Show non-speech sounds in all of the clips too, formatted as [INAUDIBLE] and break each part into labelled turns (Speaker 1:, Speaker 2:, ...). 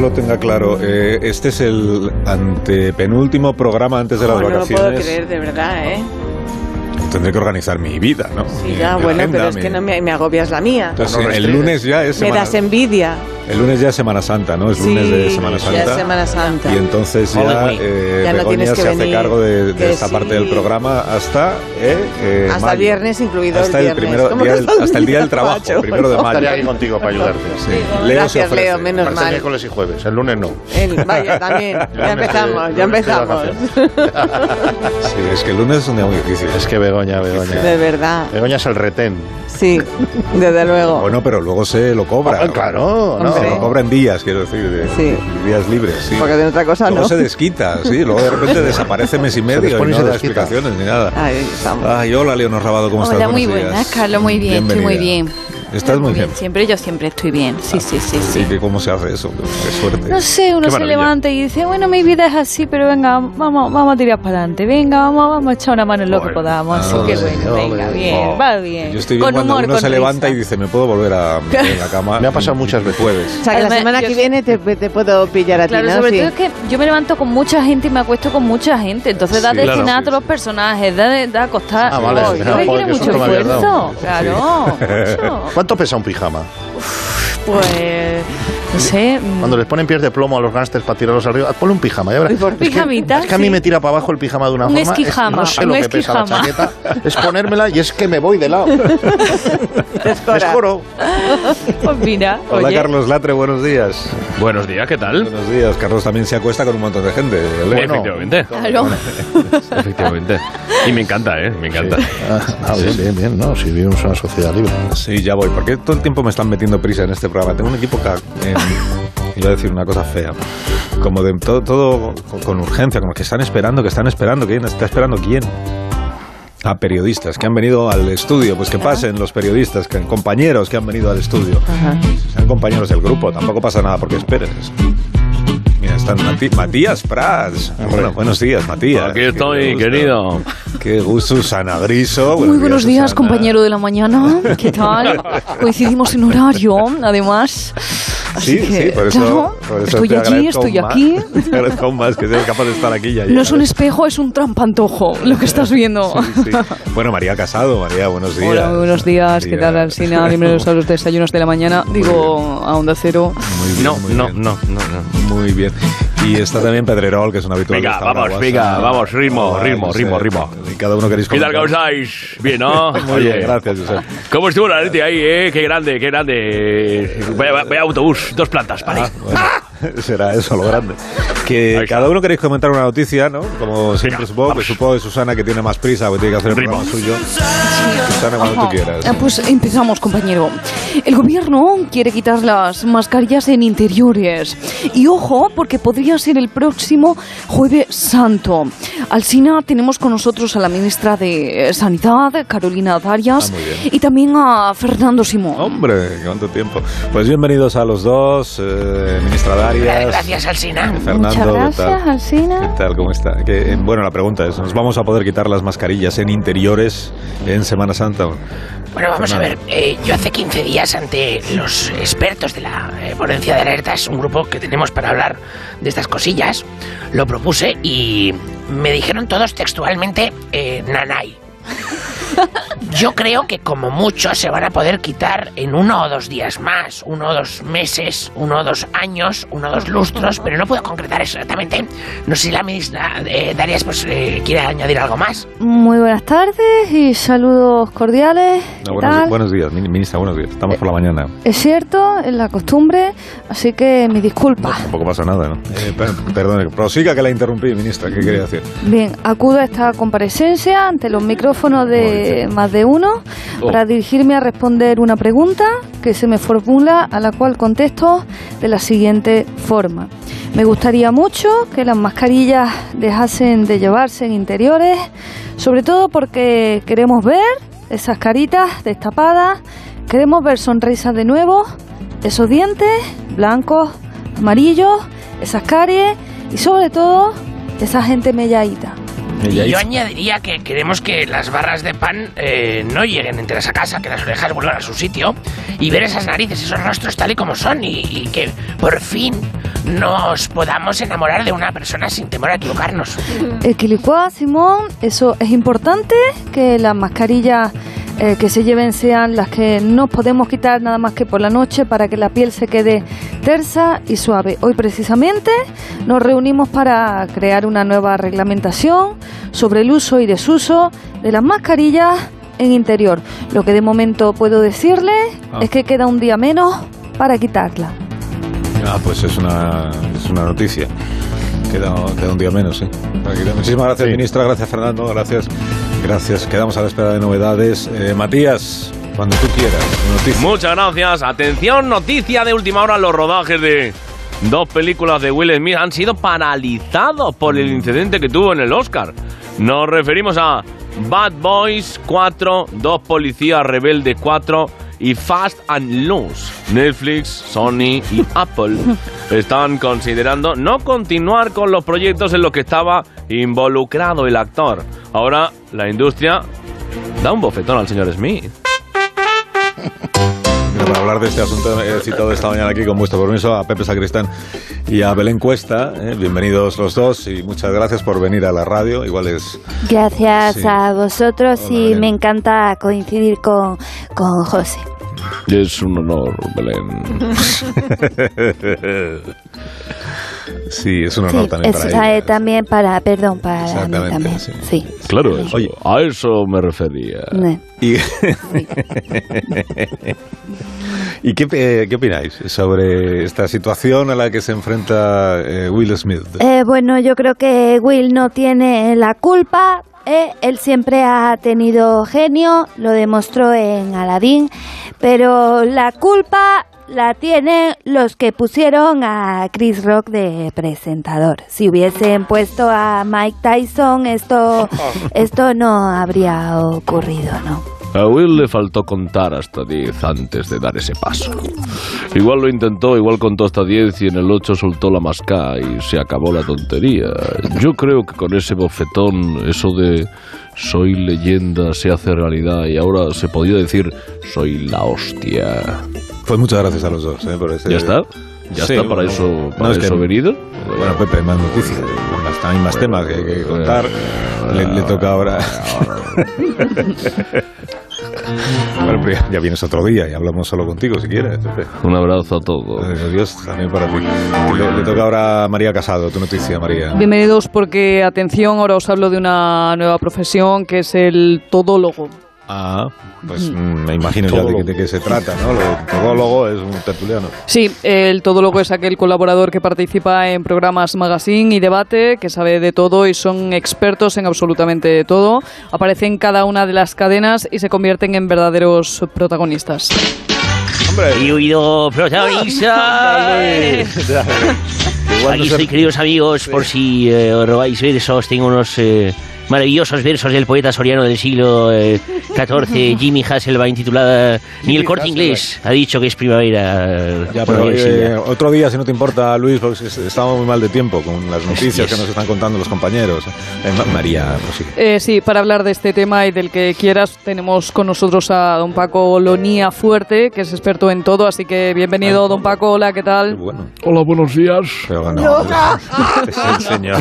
Speaker 1: lo tenga claro, eh, este es el antepenúltimo programa antes de las
Speaker 2: Oh, No, no lo
Speaker 1: vacaciones.
Speaker 2: puedo creer, de verdad, ¿eh?
Speaker 1: Tendré que organizar mi vida, ¿no?
Speaker 2: Sí,
Speaker 1: Mi-
Speaker 2: ya,
Speaker 1: mi
Speaker 2: bueno,
Speaker 1: Eh, agenda,
Speaker 2: pero es
Speaker 1: mi-
Speaker 2: que no me, me agobias la mía.
Speaker 1: Entonces,
Speaker 3: No nos
Speaker 1: el
Speaker 3: restringes.
Speaker 1: lunes ya es
Speaker 2: me
Speaker 1: semana,
Speaker 2: das envidia.
Speaker 1: el lunes ya es Semana Santa, ¿no? Es lunes
Speaker 2: sí,
Speaker 1: de Semana Santa.
Speaker 2: ya es Semana Santa.
Speaker 1: Y entonces ya,
Speaker 3: Halloween.
Speaker 1: eh,
Speaker 2: Ya no
Speaker 1: Begoña
Speaker 2: tienes que
Speaker 1: se hace
Speaker 2: venir,
Speaker 1: cargo de, de
Speaker 2: que
Speaker 1: esta parte
Speaker 2: sí.
Speaker 1: del programa hasta eh, eh,
Speaker 2: Hasta
Speaker 1: mayo.
Speaker 2: viernes, incluido
Speaker 1: hasta
Speaker 2: el
Speaker 1: el
Speaker 2: viernes.
Speaker 1: primero
Speaker 2: ¿Cómo
Speaker 1: día
Speaker 2: que
Speaker 1: del-
Speaker 2: hasta el
Speaker 1: hasta el día del
Speaker 2: día,
Speaker 4: [LAUGHS]
Speaker 1: trabajo,
Speaker 2: macho?
Speaker 1: primero de
Speaker 3: Estaría aquí
Speaker 1: mayo.
Speaker 3: contigo para ayudarte.
Speaker 1: Sí. Leo se
Speaker 2: Gracias,
Speaker 1: ofrece.
Speaker 2: Leo, menos
Speaker 3: Parece
Speaker 2: mal.
Speaker 3: miércoles y jueves, el lunes no.
Speaker 2: El- vaya, también.
Speaker 3: El
Speaker 2: ya
Speaker 3: lunes
Speaker 2: empezamos,
Speaker 3: estoy-
Speaker 2: ya
Speaker 3: el lunes estoy de
Speaker 2: [LAUGHS] empezamos.
Speaker 3: vacaciones.
Speaker 1: Sí, es que el lunes es un día muy difícil.
Speaker 3: es que Begoña,
Speaker 2: De
Speaker 3: Begoña.
Speaker 2: verdad,
Speaker 3: Begoña es el retén.
Speaker 2: sí, desde luego.
Speaker 1: Bueno, pero luego se lo cobra.
Speaker 3: Ah, claro,
Speaker 2: Hombre.
Speaker 1: Se lo
Speaker 3: no.
Speaker 1: cobra en días, quiero decir, de-
Speaker 2: Sí.
Speaker 1: días libres. Sí.
Speaker 2: Porque de otra cosa
Speaker 1: luego
Speaker 2: no.
Speaker 1: se desquita, sí. Luego de repente desaparece mes y medio
Speaker 3: despone
Speaker 1: y no
Speaker 3: y se
Speaker 1: da
Speaker 3: desquita.
Speaker 1: explicaciones ni nada.
Speaker 2: Ahí estamos.
Speaker 1: Ay, hola Leonor Rabado, ¿cómo estás?
Speaker 4: Hola, muy
Speaker 1: Buenos días.
Speaker 4: buenas, Carlos, muy bien, estoy muy
Speaker 1: Bienvenida.
Speaker 4: bien.
Speaker 1: Estás muy bien.
Speaker 4: Siempre yo siempre estoy bien. Sí, sí, sí,
Speaker 1: Sí,
Speaker 4: sí.
Speaker 1: que cómo se hace eso, qué suerte.
Speaker 4: No sé, uno
Speaker 1: Qué
Speaker 4: se
Speaker 1: maravilla.
Speaker 4: levanta y dice, bueno, mi vida es así, pero venga, vamos, vamos a tirar para adelante. Venga, vamos, vamos a echar una mano en lo que
Speaker 3: Ole.
Speaker 4: podamos. Así
Speaker 1: Ah,
Speaker 4: que
Speaker 1: ole,
Speaker 4: bueno,
Speaker 3: ole.
Speaker 4: venga, bien,
Speaker 1: Oh.
Speaker 4: va bien.
Speaker 1: Yo estoy bien cuando uno se levanta y
Speaker 4: risa.
Speaker 1: dice, me puedo volver a meter
Speaker 4: [LAUGHS]
Speaker 1: en la cama.
Speaker 3: Me ha pasado muchas veces.
Speaker 1: Puedes.
Speaker 2: O sea, que la
Speaker 4: Además,
Speaker 2: semana
Speaker 4: yo-
Speaker 2: que viene te, te puedo pillar a ti,
Speaker 4: Claro,
Speaker 2: ¿no?
Speaker 4: sobre
Speaker 2: Sí.
Speaker 4: todo es que yo me levanto con mucha gente y me acuesto con mucha gente. Entonces da
Speaker 1: Sí,
Speaker 4: de
Speaker 1: claro,
Speaker 4: cenar a
Speaker 1: sí,
Speaker 4: todos
Speaker 1: sí.
Speaker 4: los personajes, da de da acostar.
Speaker 3: Ah, vale,
Speaker 4: Ay,
Speaker 3: sí,
Speaker 4: no
Speaker 3: joder,
Speaker 4: requiere
Speaker 3: qué
Speaker 4: mucho
Speaker 3: susto me habías dado.
Speaker 4: esfuerzo. [LAUGHS]
Speaker 1: [LAUGHS]
Speaker 4: Claro, mucho.
Speaker 3: ¿Cuánto pesa un pijama?
Speaker 4: Pues, no sé. mm,
Speaker 3: Cuando les ponen pies de plomo a los gángsters para tirarlos arriba, ah, ponle un pijama, ya verás. Es que-
Speaker 4: Pijamita,
Speaker 3: Es que, a mí
Speaker 4: sí.
Speaker 3: me tira para abajo el pijama de una
Speaker 4: Un
Speaker 3: forma. es-
Speaker 4: esquijama,
Speaker 3: no sé
Speaker 4: un
Speaker 3: lo que pesa la
Speaker 4: esquijama.
Speaker 3: chaqueta. Es ponérmela y es que me voy de lado. Me escoro.
Speaker 5: [LAUGHS]
Speaker 4: Pues mira,
Speaker 1: Hola
Speaker 4: oye.
Speaker 1: Carlos Latre, buenos días.
Speaker 6: Buenos días, ¿qué tal?
Speaker 1: Buenos días. Carlos también se acuesta con un montón de gente. ¿eh?
Speaker 3: Bueno.
Speaker 6: Efectivamente,
Speaker 4: Claro.
Speaker 6: efectivamente. Y me encanta, ¿eh? Me encanta.
Speaker 3: Ah, ah, bien, bien, bien. No, si vivimos en una sociedad libre.
Speaker 1: Sí, ya voy. Porque todo el tiempo me están metiendo prisa en este programa. Tengo un equipo que... eh, [LAUGHS] iba a decir una cosa fea. Como de todo, todo con- con urgencia, como que están esperando, que están esperando. ¿Quién? ¿Está esperando quién? A periodistas que han venido al estudio. Pues que pasen los periodistas, que, compañeros que han venido al estudio.
Speaker 2: Ajá.
Speaker 7: [LAUGHS]
Speaker 1: Si sean compañeros del grupo, tampoco pasa nada porque esperen. Mira, están Mati- Matías Prats. Bueno, buenos días, Matías.
Speaker 6: Aquí
Speaker 1: Qué
Speaker 6: estoy,
Speaker 1: gusto.
Speaker 6: querido.
Speaker 1: Qué gusto, Susana Griso.
Speaker 4: Muy buenos días,
Speaker 1: Susana.
Speaker 4: compañero de
Speaker 1: [LAUGHS]
Speaker 4: la mañana. ¿Qué tal? Coincidimos en horario, además.
Speaker 1: Sí,
Speaker 4: Así que,
Speaker 1: sí, por eso,
Speaker 4: claro,
Speaker 1: por eso
Speaker 4: estoy
Speaker 1: te
Speaker 4: allí,
Speaker 1: agradezco
Speaker 4: estoy
Speaker 1: más-
Speaker 4: aquí.
Speaker 1: [LAUGHS] Te agradezco más que seas capaz de estar aquí ya.
Speaker 4: No es un espejo, es un trampantojo lo
Speaker 1: [LAUGHS]
Speaker 4: que estás viendo.
Speaker 5: [LAUGHS]
Speaker 1: Bueno, María Casado, María, buenos días.
Speaker 4: Hola, muy buenos días. ¿Qué
Speaker 1: Día.
Speaker 4: tal, Alcina? Bienvenidos a los desayunos de la mañana. Digo, a Onda Cero.
Speaker 1: Muy bien,
Speaker 6: No,
Speaker 1: muy
Speaker 6: no,
Speaker 1: bien.
Speaker 6: no, no, no.
Speaker 1: Muy bien. Y está también Pedrerol, que es un habitual.
Speaker 6: Venga,
Speaker 1: de esta hora,
Speaker 6: vamos,
Speaker 1: guasa.
Speaker 6: venga, vamos, ritmo,
Speaker 1: Hola,
Speaker 6: ritmo,
Speaker 1: Josep.
Speaker 6: ritmo, ritmo.
Speaker 1: Y cada uno queréis
Speaker 6: ¿Qué tal, cómo
Speaker 1: comentar.
Speaker 6: estáis? Bien, ¿no?
Speaker 1: [LAUGHS] Muy bien,
Speaker 6: Oye,
Speaker 1: gracias, Josep.
Speaker 6: ¿Cómo estuvo la Leti ahí, eh? Qué grande, qué grande. Vaya, vaya autobús, dos plantas, vale.
Speaker 1: Ah, Bueno, [LAUGHS] será eso lo grande. Que
Speaker 6: Ahí está.
Speaker 1: cada uno queréis comentar una noticia, ¿no? Como siempre
Speaker 6: Venga,
Speaker 1: supongo, que
Speaker 6: vamos.
Speaker 1: supongo que Susana que tiene más prisa porque tiene que hacer el
Speaker 6: Ritmo.
Speaker 1: programa suyo. Susana, cuando tú
Speaker 4: Ajá.
Speaker 1: quieras.
Speaker 4: Ah, Pues empezamos, compañero. El gobierno quiere quitar las mascarillas en interiores. Y ojo, porque podría ser el próximo Jueves Santo. Al SINA tenemos con nosotros a la ministra de eh, Sanidad, Carolina Darias,
Speaker 1: Ah, muy bien. Oh.
Speaker 4: y también a Fernando Simón.
Speaker 1: Hombre, cuánto tiempo. Pues bienvenidos a los dos, eh, ministra Darias. Gracias, Alcina. Fernando,
Speaker 4: Muchas gracias,
Speaker 1: ¿qué tal?
Speaker 4: Alsina.
Speaker 1: ¿Qué tal? ¿Cómo está? Que, eh, bueno, la pregunta es, ¿nos vamos a poder quitar las mascarillas en interiores en Semana Santa?
Speaker 8: Bueno, vamos a
Speaker 1: Fernando.
Speaker 8: ver. eh, yo hace 15 días, ante los expertos de la eh, ponencia de alertas, un grupo que tenemos para hablar de estas cosillas, lo propuse y me dijeron todos textualmente eh, nanay. Yo creo que como mucho se van a poder quitar en uno o dos días más, uno o dos meses, uno o dos años, uno o dos lustros, pero no puedo concretar exactamente. No sé si la ministra eh, Darias pues, eh, quiere añadir algo más.
Speaker 4: Muy buenas tardes y saludos cordiales.
Speaker 1: No,
Speaker 4: ¿Qué
Speaker 1: buenos,
Speaker 4: tal?
Speaker 1: buenos días, min- ministra, buenos días. Estamos por la mañana.
Speaker 4: Es cierto, es la costumbre, así que mis disculpas.
Speaker 1: Tampoco pasa nada, ¿no? Eh, per- perdone, prosiga que la interrumpí, ministra. ¿Qué quería decir?
Speaker 4: Bien, acudo a esta comparecencia ante los micrófonos de más de uno para dirigirme a responder una pregunta que se me formula a la cual contesto de la siguiente forma. Me gustaría mucho que las mascarillas dejasen de llevarse en interiores, sobre todo porque queremos ver esas caritas destapadas, queremos ver sonrisas de nuevo, esos dientes blancos, amarillos, esas caries y sobre todo esa gente melladita.
Speaker 8: Y yo añadiría que queremos que las barras de pan eh, no lleguen enteras a casa, que las orejas vuelvan a su sitio y ver esas narices, esos rostros tal y como son y, y que por fin nos podamos enamorar de una persona sin temor a equivocarnos.
Speaker 4: El quilicua, Simón, eso es importante, que las mascarillas eh, que se lleven sean las que no podemos quitar nada más que por la noche para que la piel se quede tersa y suave. Hoy precisamente nos reunimos para crear una nueva reglamentación sobre el uso y desuso de las mascarillas en interior. Lo que de momento puedo decirle
Speaker 1: Ah.
Speaker 4: es que queda un día menos para quitarla.
Speaker 1: Ah, pues es una, es una noticia. Queda, queda un día menos, ¿eh? Tranquilo. Muchísimas gracias, ministra. Gracias, Fernando. Gracias. Gracias. Quedamos a la espera de novedades. Eh, Matías, cuando tú quieras. Noticias.
Speaker 6: Muchas gracias. Atención, noticia de última hora. Los rodajes de dos películas de Will Smith han sido paralizados por el incidente que tuvo en el Oscar. Nos referimos a Bad Boys 4, Dos Policías Rebeldes 4 y Fast and Loose. Netflix, Sony y Apple están considerando no continuar con los proyectos en los que estaba involucrado el actor. Ahora la industria da un bofetón al señor Smith.
Speaker 1: Mira, para hablar de este asunto he citado esta mañana aquí con vuestro permiso a Pepe Sacristán y a Belén Cuesta. ¿eh? Bienvenidos los dos y muchas gracias por venir a la radio. Igual es...
Speaker 9: Gracias
Speaker 1: Sí.
Speaker 9: a vosotros
Speaker 1: Hola,
Speaker 9: y
Speaker 1: Belén.
Speaker 9: me encanta coincidir con, con José.
Speaker 6: Es un honor, Belén.
Speaker 1: [LAUGHS] sí, es un honor
Speaker 9: Sí,
Speaker 1: también
Speaker 9: eso
Speaker 1: para
Speaker 9: sabe
Speaker 1: ella.
Speaker 9: también para, perdón, para Dani
Speaker 1: Exactamente,
Speaker 9: también.
Speaker 1: sí.
Speaker 9: Sí.
Speaker 6: Claro,
Speaker 1: eso- Oye.
Speaker 6: a eso me refería.
Speaker 9: Ne.
Speaker 1: ¿Y, [LAUGHS] ¿Y qué, eh, qué opináis sobre esta situación a la que se enfrenta eh, Will Smith?
Speaker 9: Eh, bueno, yo creo que Will no tiene la culpa. ¿eh? Él siempre ha tenido genio, lo demostró en Aladdin, pero la culpa la tienen los que pusieron a Chris Rock de presentador. Si hubiesen puesto a Mike
Speaker 6: [LAUGHS]
Speaker 9: Tyson, esto, esto no habría ocurrido, ¿no?
Speaker 6: [LAUGHS] A Will le faltó contar hasta 10 antes de dar ese paso. Igual lo intentó, igual contó hasta 10 y en el 8 soltó la masca y se acabó la tontería. Yo creo que con ese bofetón, eso de soy leyenda se hace realidad y ahora se podía decir soy la hostia.
Speaker 1: Pues muchas gracias a los dos. eh, por ese-
Speaker 6: ¿Ya está? ¿Ya
Speaker 1: Sí,
Speaker 6: está para
Speaker 1: bueno,
Speaker 6: eso,
Speaker 1: no,
Speaker 6: para
Speaker 1: es que
Speaker 6: eso
Speaker 1: no.
Speaker 6: venido? Pues,
Speaker 1: Bueno, Pepe, hay más noticias, hay más- hay más temas que,
Speaker 6: eh,
Speaker 1: que contar. Le, le
Speaker 6: [LAUGHS]
Speaker 1: toca ahora. Bueno, pero ya, ya vienes otro día y hablamos solo contigo si quieres. Pepe.
Speaker 6: Un abrazo a todos.
Speaker 1: Adiós también para ti. Le, le toca ahora a María Casado, tu noticia, María.
Speaker 5: Bienvenidos porque, atención, ahora os hablo de una nueva profesión que es el todólogo.
Speaker 1: Ah, pues mm, me imagino ya de, qué- de qué se trata, ¿no? Lo- todólogo es un tertuliano.
Speaker 5: Sí, el todólogo es aquel colaborador que participa en programas magazine y debate, que sabe de todo y son expertos en absolutamente todo. Aparecen en cada una de las cadenas y se convierten en verdaderos protagonistas.
Speaker 1: Hombre,
Speaker 10: He oído
Speaker 1: [LAUGHS]
Speaker 10: protagonistas.
Speaker 1: igual no
Speaker 10: Aquí
Speaker 1: se-
Speaker 10: estoy, queridos amigos, por si eh, os robáis versos. Tengo unos eh, maravillosos versos del poeta soriano del siglo eh,
Speaker 1: [LAUGHS]
Speaker 10: XIV, Jimmy Hasselbein, titulada eh, Ni el corte inglés ha dicho que es primavera.
Speaker 1: Ya,
Speaker 10: Bueno,
Speaker 1: pero
Speaker 10: sí,
Speaker 1: eh,
Speaker 10: ya.
Speaker 1: otro día, si no te importa, Luis, porque es- estamos muy mal de tiempo con las noticias
Speaker 10: yes.
Speaker 1: que nos están contando los compañeros. Eh, Ma- María, prosigue.
Speaker 5: Eh, sí, para hablar de este tema y del que quieras, tenemos con nosotros a don Paco Lonía Fuerte, que es experto en todo, así que bienvenido, don Paco. Hola, ¿qué tal?
Speaker 1: Bueno,
Speaker 6: Hola, buenos días.
Speaker 1: pero no. Es el [LAUGHS] señor.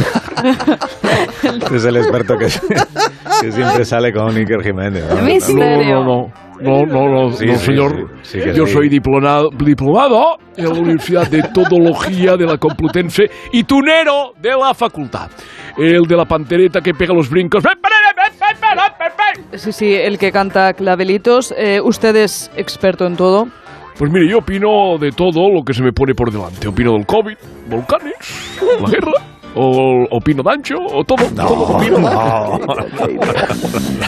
Speaker 1: es el experto que, que siempre sale con Iker Jiménez. ¿no?
Speaker 6: No, no, no, no, no, no, no,
Speaker 1: Sí,
Speaker 6: no,
Speaker 1: sí,
Speaker 6: señor.
Speaker 1: sí, sí que
Speaker 6: Yo
Speaker 1: sí.
Speaker 6: soy diplomado, diplomado en la Universidad de Todología de la Complutense y tunero de la facultad. El de la pantereta que pega los brincos. ¡Ven, para, ven, ven, para, ven, ven!
Speaker 5: Sí, sí, el que canta clavelitos. Eh, usted es experto en todo.
Speaker 6: Pues mire, yo opino de todo lo que se me pone por delante. Opino del COVID, volcanes, la guerra, o opino de ancho, o todo. todo opino.
Speaker 1: [LAUGHS]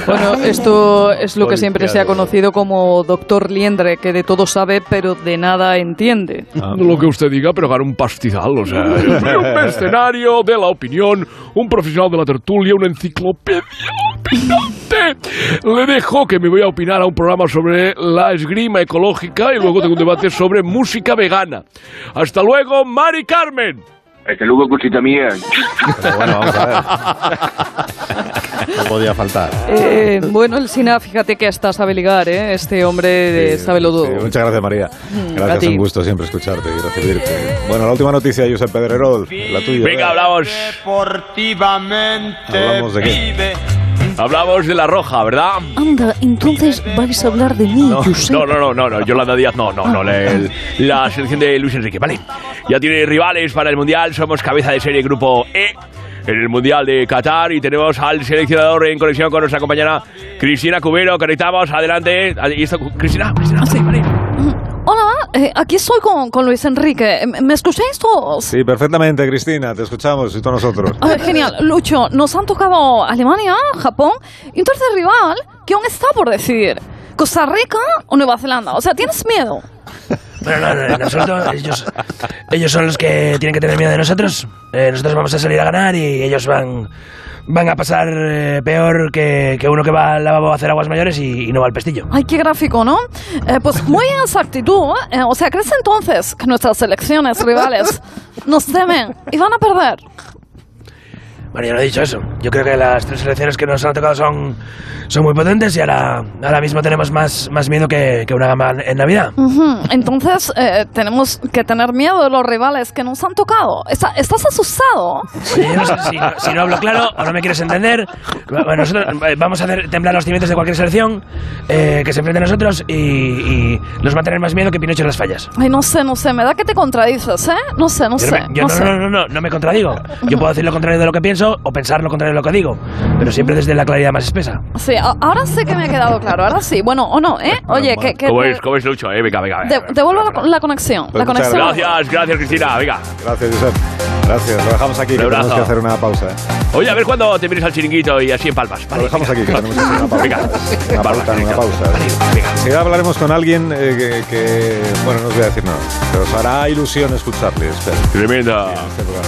Speaker 5: Bueno, esto es lo que siempre se ha
Speaker 1: Olimpiadas.
Speaker 5: conocido como doctor liendre, que de todo sabe, pero de nada entiende.
Speaker 1: Ah.
Speaker 6: Lo que usted diga, pero gana un pastizal, o sea, un escenario de la opinión, un profesional de la tertulia, una enciclopedia opinante. Le dejo que me voy a opinar a un programa sobre la esgrima ecológica y luego tengo un debate sobre música vegana. Hasta luego, Mari Carmen.
Speaker 11: Hasta luego, cosita mía.
Speaker 1: Pero bueno, vamos a ver.
Speaker 7: No podía faltar.
Speaker 5: Eh, bueno, el Sina, fíjate que hasta sabe ligar, ¿eh? Este hombre eh,
Speaker 1: Sí,
Speaker 5: sabe lo todo.
Speaker 1: sí, muchas gracias, María.
Speaker 5: a
Speaker 1: Gracias,
Speaker 5: ti.
Speaker 1: un gusto siempre escucharte y recibirte. Bueno, la última noticia, Josep Pedrerol, la tuya.
Speaker 6: Venga, hablamos.
Speaker 12: Deportivamente
Speaker 1: ¿Hablamos de qué?
Speaker 12: vive.
Speaker 6: Hablamos de la roja, ¿verdad?
Speaker 13: Anda, entonces vais a hablar de mí,
Speaker 6: [LAUGHS] No,
Speaker 13: Josep.
Speaker 6: no, no, no, no, no, Yolanda Díaz, no, no, no, la, el- la selección de Luis Enrique, vale. Ya tiene rivales para el Mundial, somos cabeza de serie Grupo E en el Mundial de Qatar y tenemos al seleccionador en conexión con nuestra compañera Cristina Cubero, conectamos, adelante. Ahí está, Cristina, Cristina, sí, vale.
Speaker 1: Ah.
Speaker 13: Hola, eh, aquí estoy con, con Luis Enrique. Eh, ¿Me- ¿Me escucháis todos?
Speaker 1: Sí, perfectamente, Cristina, te escuchamos y
Speaker 5: [LAUGHS]
Speaker 1: todos nosotros.
Speaker 13: Ah,
Speaker 1: [LAUGHS]
Speaker 13: genial, Lucho, nos han tocado Alemania, Japón y un tercer rival que aún está por decidir. Costa Rica o Nueva Zelanda. O sea, ¿tienes miedo?
Speaker 14: Bueno, no, no, en absoluto. Ellos, ellos son los que tienen que tener miedo de nosotros. Eh, nosotros vamos a salir a ganar y ellos van, van a pasar eh, peor que, que uno que va al lavabo a hacer aguas mayores y, y no va al pestillo.
Speaker 13: Ay, qué gráfico, ¿no? Eh,
Speaker 1: [LAUGHS]
Speaker 13: pues muy en esa actitud. eh, o sea, ¿crees entonces que nuestras selecciones rivales nos temen y van a perder?
Speaker 14: Bueno, yo no he dicho eso. Yo creo que las tres selecciones que nos han tocado son, son muy potentes y ahora, ahora mismo tenemos más, más miedo que, que una gama en Navidad.
Speaker 13: Ujú, Entonces, eh, tenemos que tener miedo de los rivales que nos han tocado. Está- ¿Estás asustado?
Speaker 14: Sí, no sé, si, no- si no hablo claro o no me quieres entender, bueno, nosotros eh, vamos a hacer temblar los cimientos de cualquier selección eh, que se enfrente a nosotros y, y nos va a tener más miedo que Pinocho en las fallas.
Speaker 13: Ay, no sé, no sé. Me da que te contradices, ¿eh? No sé, no
Speaker 14: Yo
Speaker 13: sé.
Speaker 14: no, me, yo
Speaker 13: no
Speaker 14: no,
Speaker 13: sé.
Speaker 14: no, no, no, no me contradigo. Yo puedo decir lo contrario de lo que pienso o pensar lo contrario de lo que digo, pero siempre desde la claridad más espesa.
Speaker 13: Sí, a- ahora sí que me ha quedado claro, ahora sí. Bueno, o no, ¿eh? Oye, que... que
Speaker 6: ¿Cómo
Speaker 13: te-
Speaker 6: es, cómo es Lucho? Eh, venga, venga.
Speaker 13: de-
Speaker 6: venga.
Speaker 13: devuelvo la, la conexión.
Speaker 1: Pues
Speaker 13: la
Speaker 1: muchas
Speaker 13: conexión.
Speaker 6: Gracias, gracias, Cristina, venga.
Speaker 1: Gracias, Josep. Gracias, lo dejamos aquí, que
Speaker 6: Un abrazo.
Speaker 1: tenemos que hacer una pausa. ¿eh?
Speaker 6: Oye, a ver cuándo te vienes al chiringuito y así en palmas.
Speaker 1: Lo
Speaker 6: Vale,
Speaker 1: dejamos aquí, que tenemos que hacer una pausa.
Speaker 6: venga.
Speaker 1: Una
Speaker 6: Palmas,
Speaker 1: pausa, una
Speaker 6: venga.
Speaker 1: pausa.
Speaker 6: Venga.
Speaker 1: Enseguida hablaremos con alguien eh, que, que- bueno, no os voy a decir nada, pero os hará ilusión escucharles. Espera,
Speaker 6: Tremenda.
Speaker 1: este programa.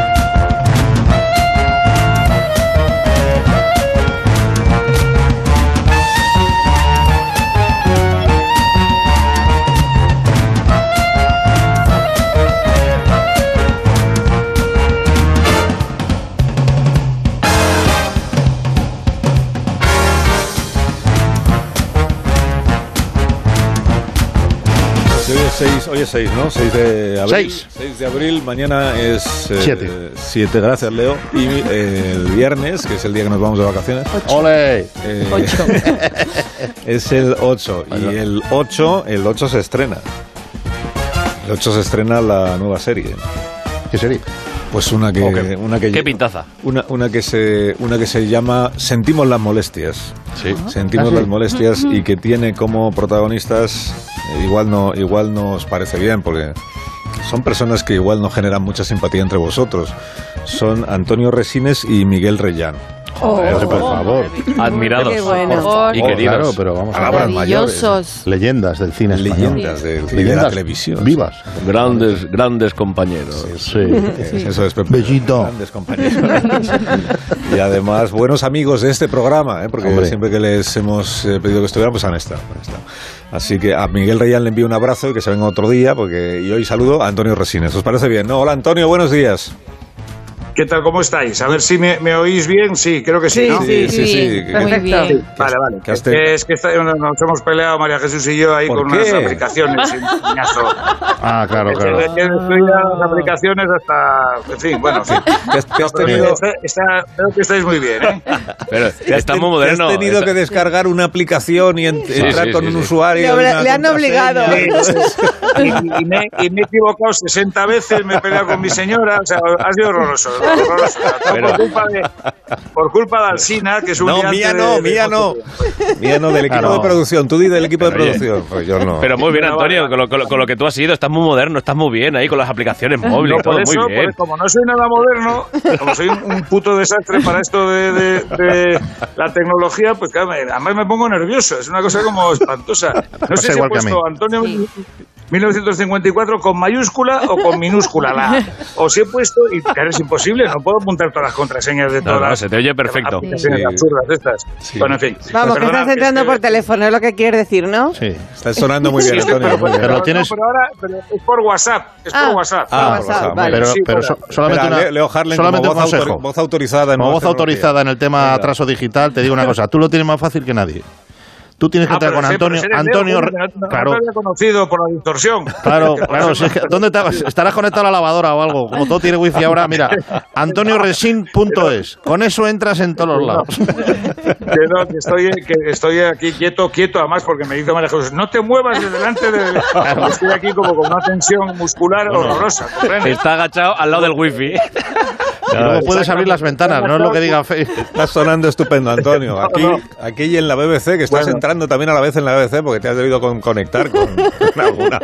Speaker 1: Sí, hoy es 6, hoy es 6, ¿no? 6 de abril.
Speaker 7: Seis.
Speaker 1: 6 de abril, mañana es
Speaker 7: Siete.
Speaker 1: 7, gracias Leo. Y eh, el viernes, que es el día que nos vamos de vacaciones,
Speaker 7: ¡Ole!
Speaker 1: eh, [LAUGHS] es el 8. Y el 8, el 8 se estrena. El 8 se estrena la nueva serie.
Speaker 7: ¿Qué sería?
Speaker 1: Pues una que,
Speaker 6: Ok.
Speaker 1: una que
Speaker 6: Qué pintaza.
Speaker 1: Una, una que se una que se llama Sentimos las molestias.
Speaker 6: Sí.
Speaker 1: Sentimos
Speaker 7: Ah, sí.
Speaker 1: las molestias y que tiene como protagonistas eh, igual no igual no os parece bien porque son personas que igual no generan mucha simpatía entre vosotros. Son Antonio Resines y Miguel Reyán.
Speaker 7: Hombre, por favor.
Speaker 6: Oh. Admirados.
Speaker 3: Qué bueno.
Speaker 6: por favor, Y
Speaker 7: Oh,
Speaker 6: queridos.
Speaker 7: Claro, pero vamos a
Speaker 1: Palabras
Speaker 7: ver.
Speaker 3: Maravillosos.
Speaker 7: Leyendas del cine español.
Speaker 1: Leyendas del- y de la televisión.
Speaker 7: Vivas.
Speaker 6: Grandes, grandes compañeros.
Speaker 7: Sí.
Speaker 1: Eh, Eso es Pepe.
Speaker 7: Bellito.
Speaker 1: Grandes compañeros. y además, buenos amigos de este programa, ¿eh? porque
Speaker 7: Hombre.
Speaker 1: siempre que les hemos eh, pedido que estuvieran, pues han estado, han estado. Así que a Miguel Reyán le envío un abrazo y que se venga otro día, porque y hoy saludo a Antonio Resines. ¿Os parece bien? No, hola Antonio, buenos días.
Speaker 15: ¿Qué tal? ¿Cómo estáis? A ver si me, me oís bien. Sí, creo que sí. ¿no?
Speaker 1: sí, sí,
Speaker 3: Muy bien.
Speaker 15: Vale, vale.
Speaker 1: ¿Qué has
Speaker 15: Es
Speaker 1: te-
Speaker 15: que- es que está- nos hemos peleado María Jesús y yo ahí
Speaker 1: este- ¿Por
Speaker 15: con
Speaker 1: qué?
Speaker 15: unas
Speaker 1: [LAUGHS]
Speaker 15: aplicaciones. un coñazo.
Speaker 7: Ah,
Speaker 4: [LAUGHS]
Speaker 7: claro,
Speaker 15: Es que-
Speaker 7: claro.
Speaker 15: es que estoy a las aplicaciones hasta. En fin, bueno, en fin.
Speaker 1: ¿Te has, te has
Speaker 15: Pero
Speaker 1: tenido,
Speaker 15: está- está- creo que estáis muy bien,
Speaker 1: [LAUGHS]
Speaker 15: ¿eh?
Speaker 6: Pero
Speaker 1: te has
Speaker 6: está
Speaker 1: ten-
Speaker 6: muy
Speaker 1: te has
Speaker 6: moderno.
Speaker 1: tenido
Speaker 6: Está-
Speaker 1: que descargar una aplicación y en- entrar
Speaker 6: sí,
Speaker 1: con
Speaker 6: sí,
Speaker 1: un
Speaker 6: sí.
Speaker 1: usuario.
Speaker 3: Le
Speaker 1: y
Speaker 3: habrá-
Speaker 1: una
Speaker 3: le han
Speaker 1: contraseña.
Speaker 3: obligado.
Speaker 15: Y, y me, y me he equivocado 60 veces, me he peleado con mi señora, o sea, ha sido horroroso. horroroso.
Speaker 6: Pero-
Speaker 15: Por, culpa de, por culpa de Alsina, que es un
Speaker 1: No,
Speaker 15: liante
Speaker 1: mía
Speaker 15: de-
Speaker 1: no,
Speaker 15: de-
Speaker 1: mía no. Mía no, del equipo
Speaker 7: Ah, no.
Speaker 1: de producción. Tú di del equipo de
Speaker 6: Pero, oye,
Speaker 1: producción. Pues yo no.
Speaker 6: Pero muy bien,
Speaker 15: Pero
Speaker 6: Antonio,
Speaker 15: vale.
Speaker 6: con lo, con lo- con lo que tú has sido, estás muy moderno, estás muy bien ahí con las aplicaciones móviles,
Speaker 15: No,
Speaker 6: todo
Speaker 15: por eso,
Speaker 6: muy
Speaker 15: por-
Speaker 6: bien.
Speaker 15: como no soy nada moderno, como soy un, un puto desastre para esto de, de- de la tecnología, pues claro, me- además me pongo nervioso. Es una cosa como espantosa. No
Speaker 7: Pasa
Speaker 15: sé si ha
Speaker 7: igual que a
Speaker 15: puesto
Speaker 7: mí.
Speaker 15: Antonio. 1954 con mayúscula o con minúscula
Speaker 1: [LAUGHS]
Speaker 15: la A. Os he puesto, y claro, es imposible, no puedo apuntar todas las contraseñas de
Speaker 6: No,
Speaker 15: todas
Speaker 6: no,
Speaker 15: las
Speaker 6: se te oye perfecto.
Speaker 15: aplicaciones
Speaker 6: Sí.
Speaker 15: absurdas estas. Bueno, en fin.
Speaker 11: Vamos, que
Speaker 15: Perdonad,
Speaker 11: estás entrando por teléfono, es lo que quieres decir, ¿no?
Speaker 1: Sí, está sonando muy bien,
Speaker 15: Sí,
Speaker 1: Antonio.
Speaker 15: pero-
Speaker 1: muy bien.
Speaker 15: pero no, pero ahora pero es por WhatsApp. Es
Speaker 11: Ah.
Speaker 15: por WhatsApp.
Speaker 1: Ah, por WhatsApp, muy bien.
Speaker 7: Pero,
Speaker 1: Sí,
Speaker 7: pero
Speaker 1: por-
Speaker 7: so- solamente,
Speaker 1: Espera,
Speaker 7: una-
Speaker 1: Leo Harlem
Speaker 7: solamente
Speaker 1: como
Speaker 7: un
Speaker 1: voz,
Speaker 7: consejo.
Speaker 1: autor- voz autorizada. en
Speaker 7: Como voz
Speaker 1: Voz Tecnología.
Speaker 7: autorizada en el tema
Speaker 1: Venga.
Speaker 7: atraso digital, te digo una cosa. Tú lo tienes más fácil que nadie. Tú tienes que
Speaker 15: Ah,
Speaker 7: entrar
Speaker 15: pero
Speaker 7: con
Speaker 15: sí,
Speaker 7: Antonio.
Speaker 15: pero si eres Leo,
Speaker 7: Antonio,
Speaker 15: no- no- No
Speaker 7: claro,
Speaker 15: te había conocido por la distorsión. [LAUGHS]
Speaker 7: Claro, claro. si es que- ¿Dónde estabas? estarás conectado a la lavadora o algo? Como todo tiene wifi ahora, mira, antonioresin.es. Con eso entras en todos los lados.
Speaker 15: Que no, que estoy, que estoy aquí quieto, quieto, además, porque me dice María Jesús, no te muevas de delante de... Estoy aquí como con una tensión muscular horrorosa, ¿comprendes?
Speaker 6: Está agachado al lado del wifi.
Speaker 7: Y luego puedes abrir las ventanas, no es lo que diga Facebook.
Speaker 1: Está sonando estupendo, Antonio. Aquí,
Speaker 7: No, no.
Speaker 1: aquí y en la BBC, que estás
Speaker 7: Bueno.
Speaker 1: entrando también a la vez en la BBC porque te has debido con- conectar con, [LAUGHS] con alguna.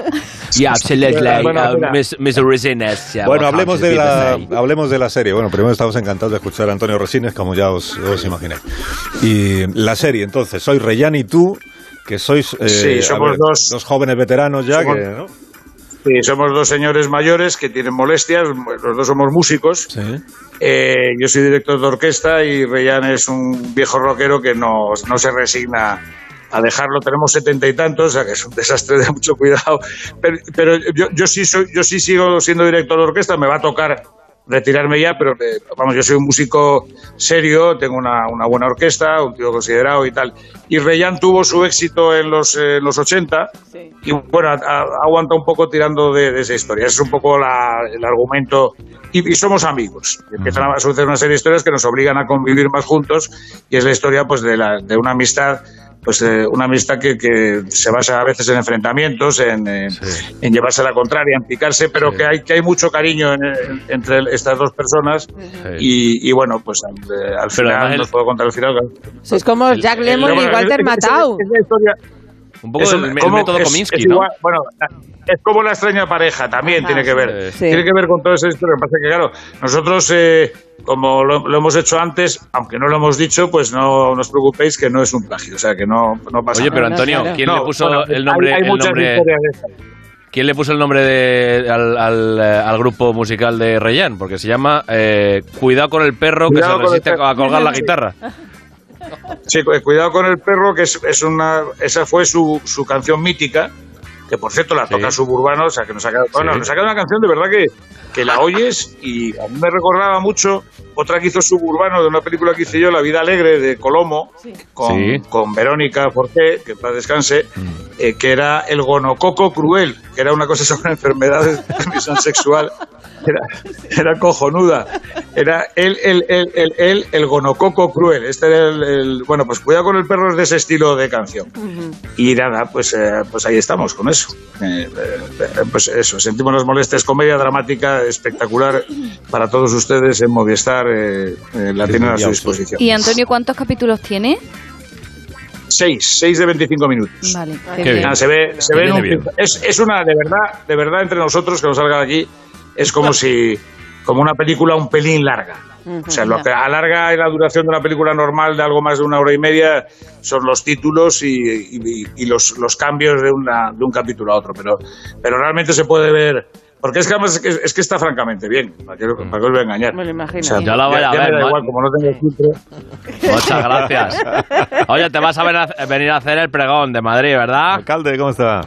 Speaker 10: Yeah, absolutely.
Speaker 1: Bueno,
Speaker 10: uh,
Speaker 1: espera.
Speaker 10: Miss- Mr. Resines, yeah,
Speaker 1: Bueno,
Speaker 10: welcome
Speaker 1: hablemos
Speaker 10: to
Speaker 1: de, la,
Speaker 10: BBC.
Speaker 1: hablemos de la serie. Bueno, primero estamos encantados de escuchar a Antonio Resines, como ya os, os imagináis. Y la serie, entonces, soy Reyán y tú, que sois eh,
Speaker 15: Sí, somos
Speaker 1: a ver,
Speaker 15: dos-
Speaker 1: jóvenes veteranos ya.
Speaker 15: somos-
Speaker 1: que, ¿no?
Speaker 15: Sí, somos dos señores mayores que tienen molestias, los dos somos músicos. Eh, yo soy director de orquesta y Reyán es un viejo rockero que no, no se resigna a dejarlo. Tenemos setenta y tantos, o sea que es un desastre de mucho cuidado. Pero, pero yo, yo sí soy, yo sí sigo siendo director de orquesta, me va a tocar retirarme ya, pero eh, vamos, yo soy un músico serio, tengo una, una buena orquesta, un tío considerado y tal. Y Reyán tuvo su éxito en los, eh, en los 80 y bueno, a- a- aguanta un poco tirando de, de esa historia. Ese es un poco la- el argumento. Y, y somos amigos. Y Empiezan a suceder una serie de historias que nos obligan a convivir más juntos y es la historia pues de, la, de una amistad. Pues eh, una amistad que, que se basa a veces en enfrentamientos, en, eh, en llevarse la contraria, en picarse, pero que hay que hay mucho cariño en- en- entre estas dos personas. Y, y bueno, pues al, eh, al final,
Speaker 6: además
Speaker 15: no
Speaker 6: el-
Speaker 15: puedo contar el final.
Speaker 11: Sois Pues como Jack Lemmon
Speaker 15: el-
Speaker 11: y Walter
Speaker 15: el-
Speaker 11: Matthau.
Speaker 6: Un poco
Speaker 15: Es
Speaker 6: el,
Speaker 15: un-
Speaker 6: el
Speaker 15: ¿cómo
Speaker 6: método
Speaker 15: es-
Speaker 6: Kominsky,
Speaker 15: es
Speaker 6: ¿no?
Speaker 15: igual- bueno, es como la extraña pareja, también
Speaker 6: Ajá,
Speaker 15: tiene que ver.
Speaker 6: sí.
Speaker 15: Tiene que ver con todo eso. Lo que pasa es que, claro, nosotros, eh, como lo, lo hemos hecho antes, aunque no lo hemos dicho, pues no, no os preocupéis que no es un plagio. O sea, que no, no pasa
Speaker 6: Oye,
Speaker 15: nada.
Speaker 6: pero Antonio, ¿quién le
Speaker 15: No,
Speaker 6: puso
Speaker 15: bueno,
Speaker 6: el nombre?
Speaker 15: Hay, hay
Speaker 6: el
Speaker 15: muchas
Speaker 6: nombre-
Speaker 15: historias de estas.
Speaker 6: ¿Quién le puso el nombre de- al, al, eh, al grupo musical de Reyán? Porque se llama eh, Cuidado con el perro
Speaker 15: Cuidado
Speaker 6: que
Speaker 15: con el
Speaker 6: se resiste
Speaker 15: perro.
Speaker 6: a colgar la guitarra.
Speaker 15: Sí, cu- eh, cuidado con el perro, que es, es una, esa fue su, su canción mítica, que por cierto la toca Suburbano, o sea que nos ha quedado, bueno,
Speaker 6: Sí.
Speaker 15: nos ha quedado una canción de verdad que, que la oyes y a mí me recordaba mucho otra que hizo Suburbano de una película que hice yo, La vida alegre de Colomo, con,
Speaker 6: Sí.
Speaker 15: con Verónica Forté, que para descanse, eh, que era el gonococo cruel, que era una cosa sobre [LAUGHS] enfermedades de transmisión sexual. Era, era cojonuda. Era el, el, el, el, el, el gonococo cruel. Este era el, el- Bueno, pues cuidado con el perro es de ese estilo de canción. Y nada, pues, eh, pues ahí estamos con eso. Eh, eh, eh, pues eso, sentimos las molestias. Comedia dramática espectacular para todos ustedes en Movistar. eh, eh, la tienen a su disposición.
Speaker 4: Y Antonio, ¿cuántos capítulos tiene?
Speaker 15: Seis, seis de 25 minutos.
Speaker 4: Vale.
Speaker 15: Qué bien. Nada, se ve, se
Speaker 6: Qué
Speaker 15: ve en
Speaker 6: bien,
Speaker 15: un
Speaker 6: bien.
Speaker 15: pinta- es, es una, de verdad, de verdad, entre nosotros que nos salga de aquí, es [LAUGHS] como si, como una película un pelín larga. O sea, lo que alarga la duración de una película normal de algo más de una hora y media son los títulos y, y- y- y los, los cambios de, una, de un capítulo a otro. Pero, pero realmente se puede ver. Porque es que además es que, es que está francamente bien. ¿Para qué, para qué os voy a engañar?
Speaker 11: Me lo imagino.
Speaker 15: O sea,
Speaker 6: Ya la voy a
Speaker 15: ya me
Speaker 6: ver,
Speaker 15: da
Speaker 6: ma-
Speaker 15: igual, como no tengo filtro.
Speaker 6: Muchas gracias. Oye, te vas a, ver a- venir a hacer el pregón de Madrid, ¿verdad?
Speaker 1: Alcalde, ¿cómo está?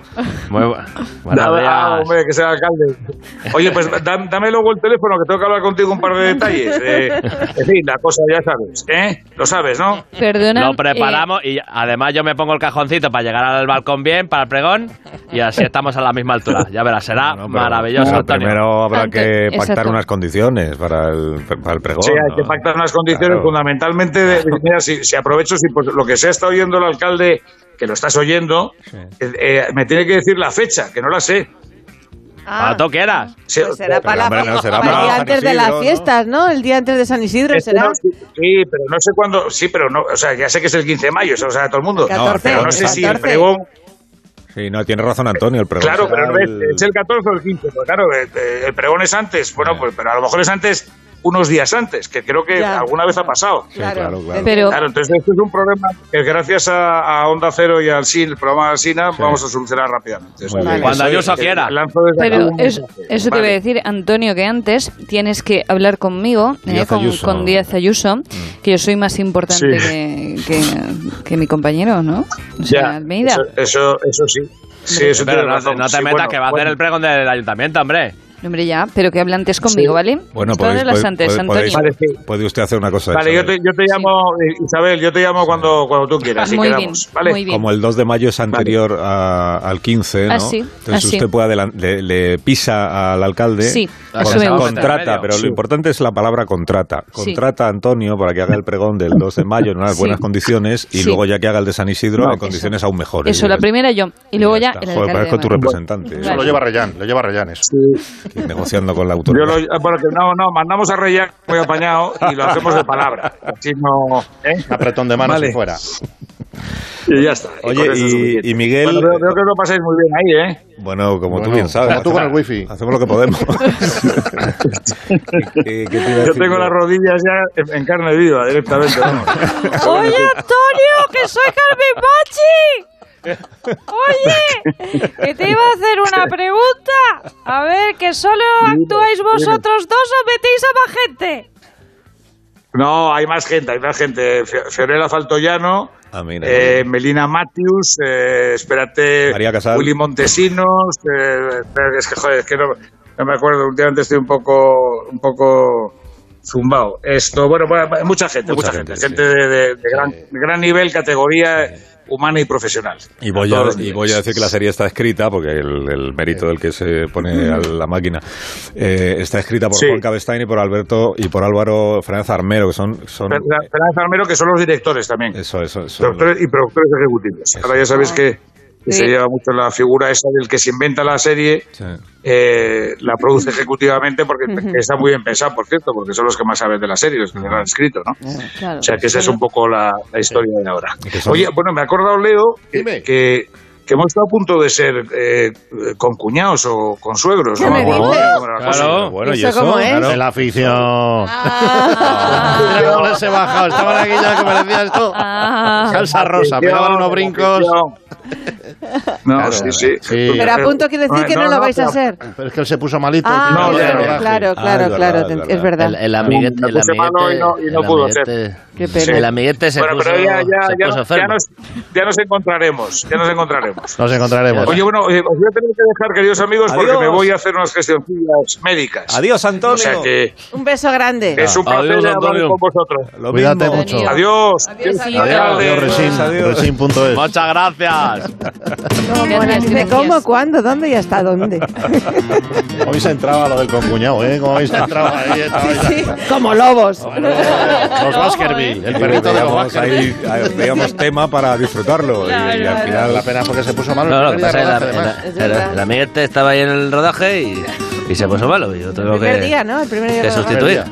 Speaker 6: Muy bu- buenos
Speaker 15: [LAUGHS] Nada, ah,
Speaker 6: días.
Speaker 15: hombre, que sea alcalde. Oye, pues da- dame luego el teléfono, que tengo que hablar contigo un par de detalles. eh. en fin, la cosa ya sabes, ¿eh? Lo sabes, ¿no?
Speaker 4: Perdona.
Speaker 6: Lo preparamos y además yo me pongo el cajoncito para llegar al balcón bien, para el pregón, y así estamos a la misma altura. Ya verás, será
Speaker 1: Pero-
Speaker 6: maravilloso,
Speaker 1: pero
Speaker 6: Antonio.
Speaker 1: Primero habrá
Speaker 6: Anto-
Speaker 1: que pactar
Speaker 6: exacto.
Speaker 1: unas condiciones para el, para el pregón.
Speaker 15: Sí, hay
Speaker 1: ¿no?
Speaker 15: que pactar unas condiciones
Speaker 1: Claro.
Speaker 15: fundamentalmente. De, mira, si, si aprovecho, si por lo que se está oyendo el alcalde, que lo estás oyendo, eh, eh, me tiene que decir la fecha, que no la sé.
Speaker 11: Ah.
Speaker 15: Ah,
Speaker 6: ¿Para tú quieras?
Speaker 15: Sí,
Speaker 11: Pues será
Speaker 15: pero
Speaker 11: para,
Speaker 15: hombre, no, será
Speaker 11: para el
Speaker 15: para
Speaker 11: día
Speaker 15: San
Speaker 11: antes de
Speaker 15: Isidro,
Speaker 11: las
Speaker 15: ¿no?
Speaker 11: fiestas, ¿no? El día antes de San Isidro
Speaker 15: Este
Speaker 11: será.
Speaker 15: no, sí, sí, pero no sé cuándo. Sí, pero no. O sea, ya sé que es el 15 de mayo, eso lo sabe todo el mundo.
Speaker 11: El 14,
Speaker 15: pero no sé si el
Speaker 11: 14.
Speaker 15: pregón
Speaker 1: Sí, no, tiene razón Antonio, el pregón.
Speaker 15: Claro,
Speaker 1: será
Speaker 15: pero no es,
Speaker 1: el-
Speaker 15: es el 14 o el 15. Pues claro, eh, eh, el pregón es antes. Bueno, pues pero a lo mejor es antes unos días antes, que creo que
Speaker 1: Ya,
Speaker 15: alguna vez ha pasado.
Speaker 1: claro, claro, claro.
Speaker 15: Claro, entonces esto es un problema que gracias a, a Onda Cero y al SIN, el programa del SINA, vamos a solucionar rápidamente.
Speaker 1: Muy bien.
Speaker 6: Cuando
Speaker 15: Eso
Speaker 6: yo
Speaker 15: es,
Speaker 6: saquiera.
Speaker 15: eh, lanzo desde acá
Speaker 4: Pero
Speaker 15: un
Speaker 4: eso, eso te
Speaker 15: Vale.
Speaker 4: voy a decir, Antonio, que antes tienes que hablar conmigo, eh,
Speaker 1: Díaz
Speaker 4: con,
Speaker 1: Ayuso.
Speaker 4: con Díaz Ayuso, que yo soy más importante
Speaker 15: Sí.
Speaker 4: que, que- que mi compañero, ¿no? O sea, Almeida.
Speaker 15: Eso, eso, eso sí. Sí, eso
Speaker 6: Pero
Speaker 15: tiene
Speaker 6: no,
Speaker 15: razón.
Speaker 6: no te
Speaker 15: Sí,
Speaker 6: metas
Speaker 15: bueno,
Speaker 6: que va a hacer
Speaker 15: bueno.
Speaker 6: el pregón del ayuntamiento, hombre.
Speaker 4: No, Hombre, ya, pero que hable antes conmigo, ¿vale?
Speaker 1: Bueno,
Speaker 4: Todas
Speaker 1: podéis,
Speaker 4: las
Speaker 1: podéis-
Speaker 4: antes,
Speaker 1: podéis-
Speaker 4: Antonio.
Speaker 1: podéis- puede usted hacer una cosa.
Speaker 15: Vale, yo te, yo te llamo, eh, Isabel, yo te llamo cuando, cuando tú quieras. y
Speaker 4: Muy
Speaker 15: quedamos,
Speaker 4: bien,
Speaker 15: ¿vale?
Speaker 4: muy bien.
Speaker 1: Como el 2 de mayo es anterior a- al 15, ¿no?
Speaker 4: Ah, sí,
Speaker 1: Entonces
Speaker 4: ah, sí.
Speaker 1: usted puede adelan- le, le pisa al alcalde.
Speaker 4: Sí,
Speaker 1: con-
Speaker 4: eso me gusta.
Speaker 1: contrata, pero
Speaker 4: Sí.
Speaker 1: lo importante es la palabra contrata.
Speaker 4: Sí.
Speaker 1: Contrata a Antonio para que haga el pregón del 2 de mayo en unas
Speaker 4: Sí.
Speaker 1: buenas condiciones y
Speaker 4: Sí.
Speaker 1: luego ya que haga el de San Isidro
Speaker 4: No,
Speaker 1: en condiciones aún mejores.
Speaker 4: Eso, la primera yo. Y luego ya,
Speaker 1: Está,
Speaker 4: el
Speaker 1: Joder,
Speaker 4: alcalde.
Speaker 1: parezco
Speaker 4: de
Speaker 1: tu
Speaker 4: Madrid.
Speaker 1: representante. eh.
Speaker 4: Eso lo lleva
Speaker 1: Reyán, lo lleva Reyán eso. Negociando con la
Speaker 15: Yo
Speaker 1: autoridad.
Speaker 15: lo, ah, bueno, que no, no, mandamos a Reyán muy apañado y lo hacemos de palabra. Así no. ¿eh?
Speaker 7: Apretón de manos
Speaker 1: Vale.
Speaker 7: y fuera.
Speaker 15: Y ya está.
Speaker 1: Oye,
Speaker 15: con eso es
Speaker 1: y-
Speaker 15: suficiente.
Speaker 1: y Miguel-
Speaker 15: Bueno, veo, veo que lo pasáis muy bien ahí, ¿eh?
Speaker 1: Bueno, como tú
Speaker 7: Bueno,
Speaker 1: bien sabes.
Speaker 7: como tú con el
Speaker 1: hacemos-
Speaker 7: wifi.
Speaker 1: Hacemos lo que podemos. ¿Qué- qué te iba a
Speaker 15: Yo
Speaker 1: decir
Speaker 15: tengo las rodillas ya en- en carne viva directamente. vamos.
Speaker 2: Oye, Antonio, que soy Carmen Machi. Oye, que te iba a hacer una pregunta. A ver, que solo
Speaker 15: Dime,
Speaker 2: actuáis
Speaker 15: dime.
Speaker 2: vosotros dos o metéis a más gente.
Speaker 15: No, hay más gente, hay más gente. Fio- Fiorella Faltoyano,
Speaker 1: Ah, mira.
Speaker 15: eh, Melina Matthews, eh, espérate,
Speaker 1: María Casal.
Speaker 15: Willy Montesinos. eh, espera, es que, joder, es que no, no me acuerdo, últimamente estoy un poco, un poco zumbado. Esto, bueno, bueno, mucha gente, mucha,
Speaker 1: Mucha
Speaker 15: gente,
Speaker 1: gente,
Speaker 15: gente de, de- de gran, de gran nivel, categoría humana y profesional.
Speaker 1: Y voy, a,
Speaker 15: todos los
Speaker 1: y
Speaker 15: niveles.
Speaker 1: voy a decir que la serie está escrita, porque el, el mérito del que se pone a la máquina, eh, está escrita por
Speaker 15: Sí.
Speaker 1: Juan Cabestain y por Alberto y por Álvaro Fernández Armero, que son... son
Speaker 15: Fer- Fernández Armero, que son los directores también.
Speaker 1: eso, eso, eso.
Speaker 15: Productores y productores ejecutivos. Ahora ya sabéis que, que
Speaker 11: Sí.
Speaker 15: se lleva mucho la figura esa del que se inventa la serie,
Speaker 1: Sí.
Speaker 15: eh, la produce ejecutivamente, porque que está muy bien pensado, por cierto, porque son los que más saben de la serie, los que la han escrito, ¿no? O sea, que esa es un poco la, la historia de ahora.
Speaker 1: son-
Speaker 15: Oye, bueno, me ha acordado, Leo, que, que, que hemos estado a punto de ser eh, concuñados o consuegros,
Speaker 11: ¿Qué
Speaker 15: no
Speaker 11: me
Speaker 15: me acuerdo
Speaker 11: dices?
Speaker 15: cómo era la cosa.
Speaker 1: Pero bueno,
Speaker 11: ¿Eso cómo es? Ah.
Speaker 1: claro.
Speaker 7: De la afición. [LAUGHS] Mira cómo les he bajado. Estaban aquí ya que parecía esto.
Speaker 11: Ah.
Speaker 7: Salsa rosa. Me daban unos brincos.
Speaker 15: No,
Speaker 7: Claro,
Speaker 15: sí, sí.
Speaker 7: sí.
Speaker 11: Pero a punto quiere decir que no lo vais a
Speaker 15: pero-
Speaker 11: hacer.
Speaker 7: Pero es que él se puso malito.
Speaker 11: Ah,
Speaker 7: tenía
Speaker 15: no,
Speaker 7: que ir al
Speaker 15: claro,
Speaker 7: rodaje.
Speaker 11: Claro, claro,
Speaker 1: es
Speaker 11: claro,
Speaker 1: verdad,
Speaker 11: te-
Speaker 1: es verdad.
Speaker 11: es verdad.
Speaker 10: El, el amiguete,
Speaker 15: Me
Speaker 10: el
Speaker 15: puse mano
Speaker 10: amiguete,
Speaker 15: y no- y no
Speaker 10: el
Speaker 15: pudo
Speaker 10: amiguete-
Speaker 11: Qué pena.
Speaker 10: el amiguete se
Speaker 15: Bueno,
Speaker 10: puso,
Speaker 15: pero ya, ya,
Speaker 10: se
Speaker 15: ya,
Speaker 10: puso
Speaker 15: ya,
Speaker 10: enfermo.
Speaker 15: nos, ya nos encontraremos, ya nos encontraremos.
Speaker 7: Nos encontraremos.
Speaker 15: Oye, bueno, eh, os voy a tener que dejar, queridos amigos, porque
Speaker 1: Adiós.
Speaker 15: me voy a hacer unas gestioncillas médicas.
Speaker 1: Adiós, Antonio.
Speaker 15: O sea que
Speaker 11: Un beso grande.
Speaker 15: es un placer
Speaker 6: Adiós,
Speaker 15: hablar
Speaker 6: Antonio.
Speaker 15: con vosotros.
Speaker 1: Lo
Speaker 7: Cuídate
Speaker 1: mismo.
Speaker 7: mucho.
Speaker 15: Adiós. Adiós,
Speaker 7: Adiós, Resin.
Speaker 1: Adiós.
Speaker 7: Resin.es.
Speaker 6: Muchas gracias.
Speaker 11: Bueno, dice, ¿Cómo, cuándo, dónmo y hasta dónde?
Speaker 7: Hoy se entraba lo del concuñado, ¿eh? Como habéis entrado ahí. estabais ahí.
Speaker 11: Como lobos.
Speaker 7: Los Baskerville. El perrito de los
Speaker 1: Veíamos,
Speaker 7: Baskerville.
Speaker 1: ahí, ahí veíamos tema para disfrutarlo. y- y, al final
Speaker 7: La pena porque se puso malo.
Speaker 10: No,
Speaker 7: el
Speaker 10: no, lo que
Speaker 7: primer
Speaker 10: pasa
Speaker 7: día
Speaker 10: es
Speaker 7: de rodaje,
Speaker 10: que la-
Speaker 7: además.
Speaker 10: la- la- el amiguete estaba ahí en el rodaje y, y se puso malo. y Yo tengo
Speaker 11: El primer
Speaker 10: que,
Speaker 11: día, ¿no? El primer día.
Speaker 10: que
Speaker 11: de rodaje.
Speaker 10: sustituir.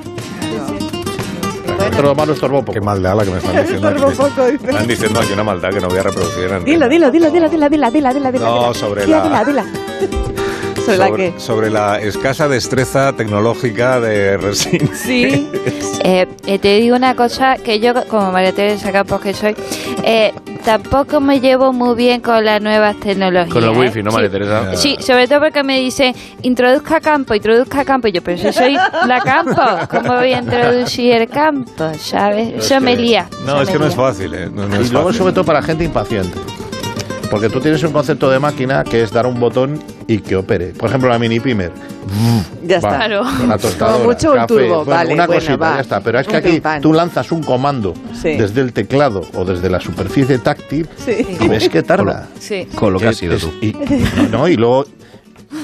Speaker 7: Otro malo estorbó poco.
Speaker 1: Qué maldad la que me están diciendo.
Speaker 11: Estorbo
Speaker 1: aquí.
Speaker 11: poco, dice.
Speaker 1: Me están diciendo aquí una maldad que no voy a reproducir. en
Speaker 11: Dilo,
Speaker 1: antena.
Speaker 11: dilo, dilo, dilo, dilo, dilo, dilo, dilo, dilo.
Speaker 1: No, sobre
Speaker 11: dila,
Speaker 1: la-
Speaker 11: Dila, dila. ¿Sobre la qué?
Speaker 1: sobre la escasa destreza tecnológica de
Speaker 7: [LAUGHS]
Speaker 1: Resin.
Speaker 11: Sí.
Speaker 4: Eh, eh, te digo una cosa que yo, como María Teresa Campos que soy, eh, tampoco me llevo muy bien con las nuevas tecnologías.
Speaker 6: Con los
Speaker 4: ¿eh?
Speaker 6: wifi, ¿no, María
Speaker 4: Sí.
Speaker 6: Teresa?
Speaker 4: Sí, sobre todo porque me dicen, introduzca campo, introduzca campo. Y yo, pero si soy la campo, ¿cómo voy a introducir el campo? ¿Sabes? Yo me lía.
Speaker 1: No,
Speaker 4: yo
Speaker 1: es
Speaker 4: me
Speaker 1: que no es
Speaker 4: lía.
Speaker 1: fácil, ¿eh? No, no
Speaker 7: Y
Speaker 1: es
Speaker 7: luego,
Speaker 1: fácil.
Speaker 7: sobre todo, para gente impaciente. Porque tú tienes un concepto de máquina que es dar un botón y que opere. Por ejemplo, la mini pimer.
Speaker 11: Ya está.
Speaker 4: Claro.
Speaker 7: Una tostadora,
Speaker 11: Como mucho un
Speaker 7: café,
Speaker 11: turbo,
Speaker 7: bueno,
Speaker 11: vale,
Speaker 7: Una
Speaker 11: bueno,
Speaker 7: cosita,
Speaker 11: va.
Speaker 7: ya está. Pero es que
Speaker 11: Un
Speaker 7: aquí
Speaker 11: pan.
Speaker 7: tú lanzas un comando
Speaker 11: Sí.
Speaker 7: desde el teclado o desde la superficie táctil
Speaker 11: Sí.
Speaker 7: y ves que
Speaker 11: [LAUGHS]
Speaker 7: tarda.
Speaker 4: Sí.
Speaker 10: Con lo que has sido
Speaker 7: Eh, Es-
Speaker 10: tú.
Speaker 7: y- no, y luego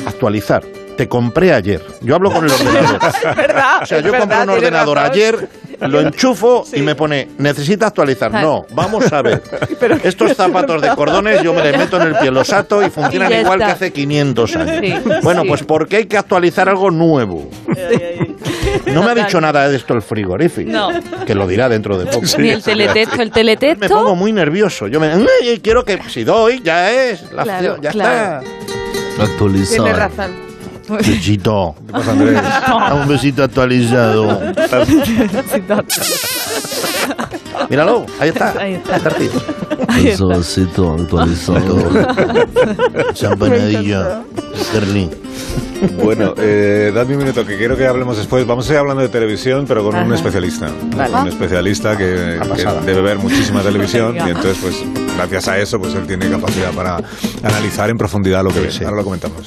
Speaker 7: actualizar. Te compré ayer. Yo hablo
Speaker 4: [LAUGHS]
Speaker 7: con el ordenador.
Speaker 11: Es verdad.
Speaker 7: O sea,
Speaker 11: es
Speaker 7: yo compré
Speaker 11: verdad,
Speaker 7: un
Speaker 11: tiene
Speaker 7: ordenador
Speaker 11: razón.
Speaker 7: ayer, lo enchufo y me pone, necesita actualizar. No, vamos a
Speaker 4: [LAUGHS]
Speaker 7: ver. Estos zapatos de cordones yo me les meto en el pie, los ato y funcionan
Speaker 4: Y ya
Speaker 7: igual
Speaker 4: está.
Speaker 7: que hace 500 años.
Speaker 4: Sí,
Speaker 7: bueno,
Speaker 4: sí.
Speaker 7: pues ¿por qué hay que actualizar algo nuevo? No me ha dicho nada de esto el frigorífico,
Speaker 4: No.
Speaker 7: que lo dirá dentro de poco.
Speaker 4: Ni el teletexto,
Speaker 7: Me
Speaker 4: el
Speaker 7: pongo
Speaker 4: teletexto.
Speaker 7: muy nervioso. Yo me "Ay, quiero que si doy ya es, la
Speaker 4: Claro,
Speaker 7: acción, ya
Speaker 4: claro.
Speaker 7: está.
Speaker 11: Tiene
Speaker 10: Actualizar.
Speaker 11: razón.
Speaker 7: Besito.
Speaker 1: ¿Qué pasa, Andrés?
Speaker 7: A [LAUGHS] un besito actualizado. [LAUGHS] Míralo, ahí está.
Speaker 5: Ahí está.
Speaker 7: Eso besito actualizado. [LAUGHS] Champanadilla. Sterling.
Speaker 1: Bueno, eh, dame un minuto que quiero que hablemos después. Vamos a ir hablando de televisión, pero con un
Speaker 7: Ajá.
Speaker 1: especialista.
Speaker 7: Vale.
Speaker 1: Un especialista que, que debe ver muchísima
Speaker 7: [LAUGHS]
Speaker 1: televisión y entonces, pues, gracias a eso, pues él tiene capacidad para analizar en profundidad lo que ve. Ahora lo comentamos.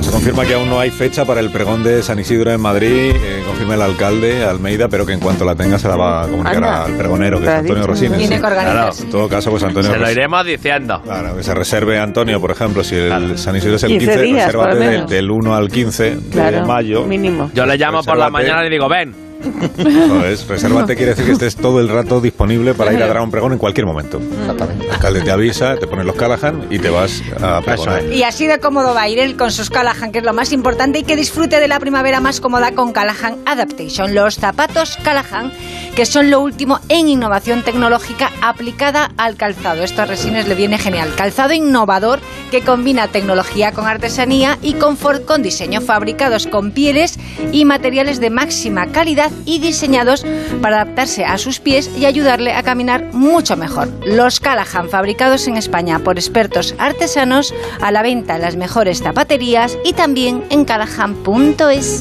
Speaker 1: Se confirma que aún no hay fecha para el pregón de San Isidro en Madrid. eh, confirma el alcalde Almeida, pero que en cuanto la tenga se la va a comunicar
Speaker 6: Anda.
Speaker 1: al pregonero, que es Antonio Rosines.
Speaker 6: Tiene que
Speaker 1: claro,
Speaker 6: organizarse.
Speaker 1: en todo caso, pues Antonio
Speaker 6: Se lo
Speaker 1: Rosines.
Speaker 6: iremos diciendo.
Speaker 1: Claro, que se reserve Antonio, por ejemplo, si el San Isidro es el
Speaker 6: 15
Speaker 1: 15,
Speaker 6: días,
Speaker 1: resérvate
Speaker 6: por lo
Speaker 1: del-
Speaker 6: menos.
Speaker 1: del 1 al 15 de
Speaker 6: Claro,
Speaker 1: mayo.
Speaker 6: mínimo. Yo le llamo por la
Speaker 1: Resérvate.
Speaker 6: mañana y le digo, ven.
Speaker 1: Eso es, pues, resérvate quiere decir que estés todo el rato disponible para ir a dar a un pregón en cualquier momento. Exactamente. El alcalde te avisa, te pones los Callahan y te vas a pregonar.
Speaker 16: Y así de cómodo va a ir él con sus Callahan, que es lo más importante, y que disfrute de la primavera más cómoda con Callahan Adaptation, los zapatos Callahan, que son lo último en innovación tecnológica aplicada al calzado. Esto a Resines le viene genial. Calzado innovador que combina tecnología con artesanía y confort con diseño, fabricados con pieles y materiales de máxima calidad y diseñados para adaptarse a sus pies y ayudarle a caminar mucho mejor. Los Callahan, fabricados en España por expertos artesanos, a la venta en las mejores zapaterías y también en callahan.es.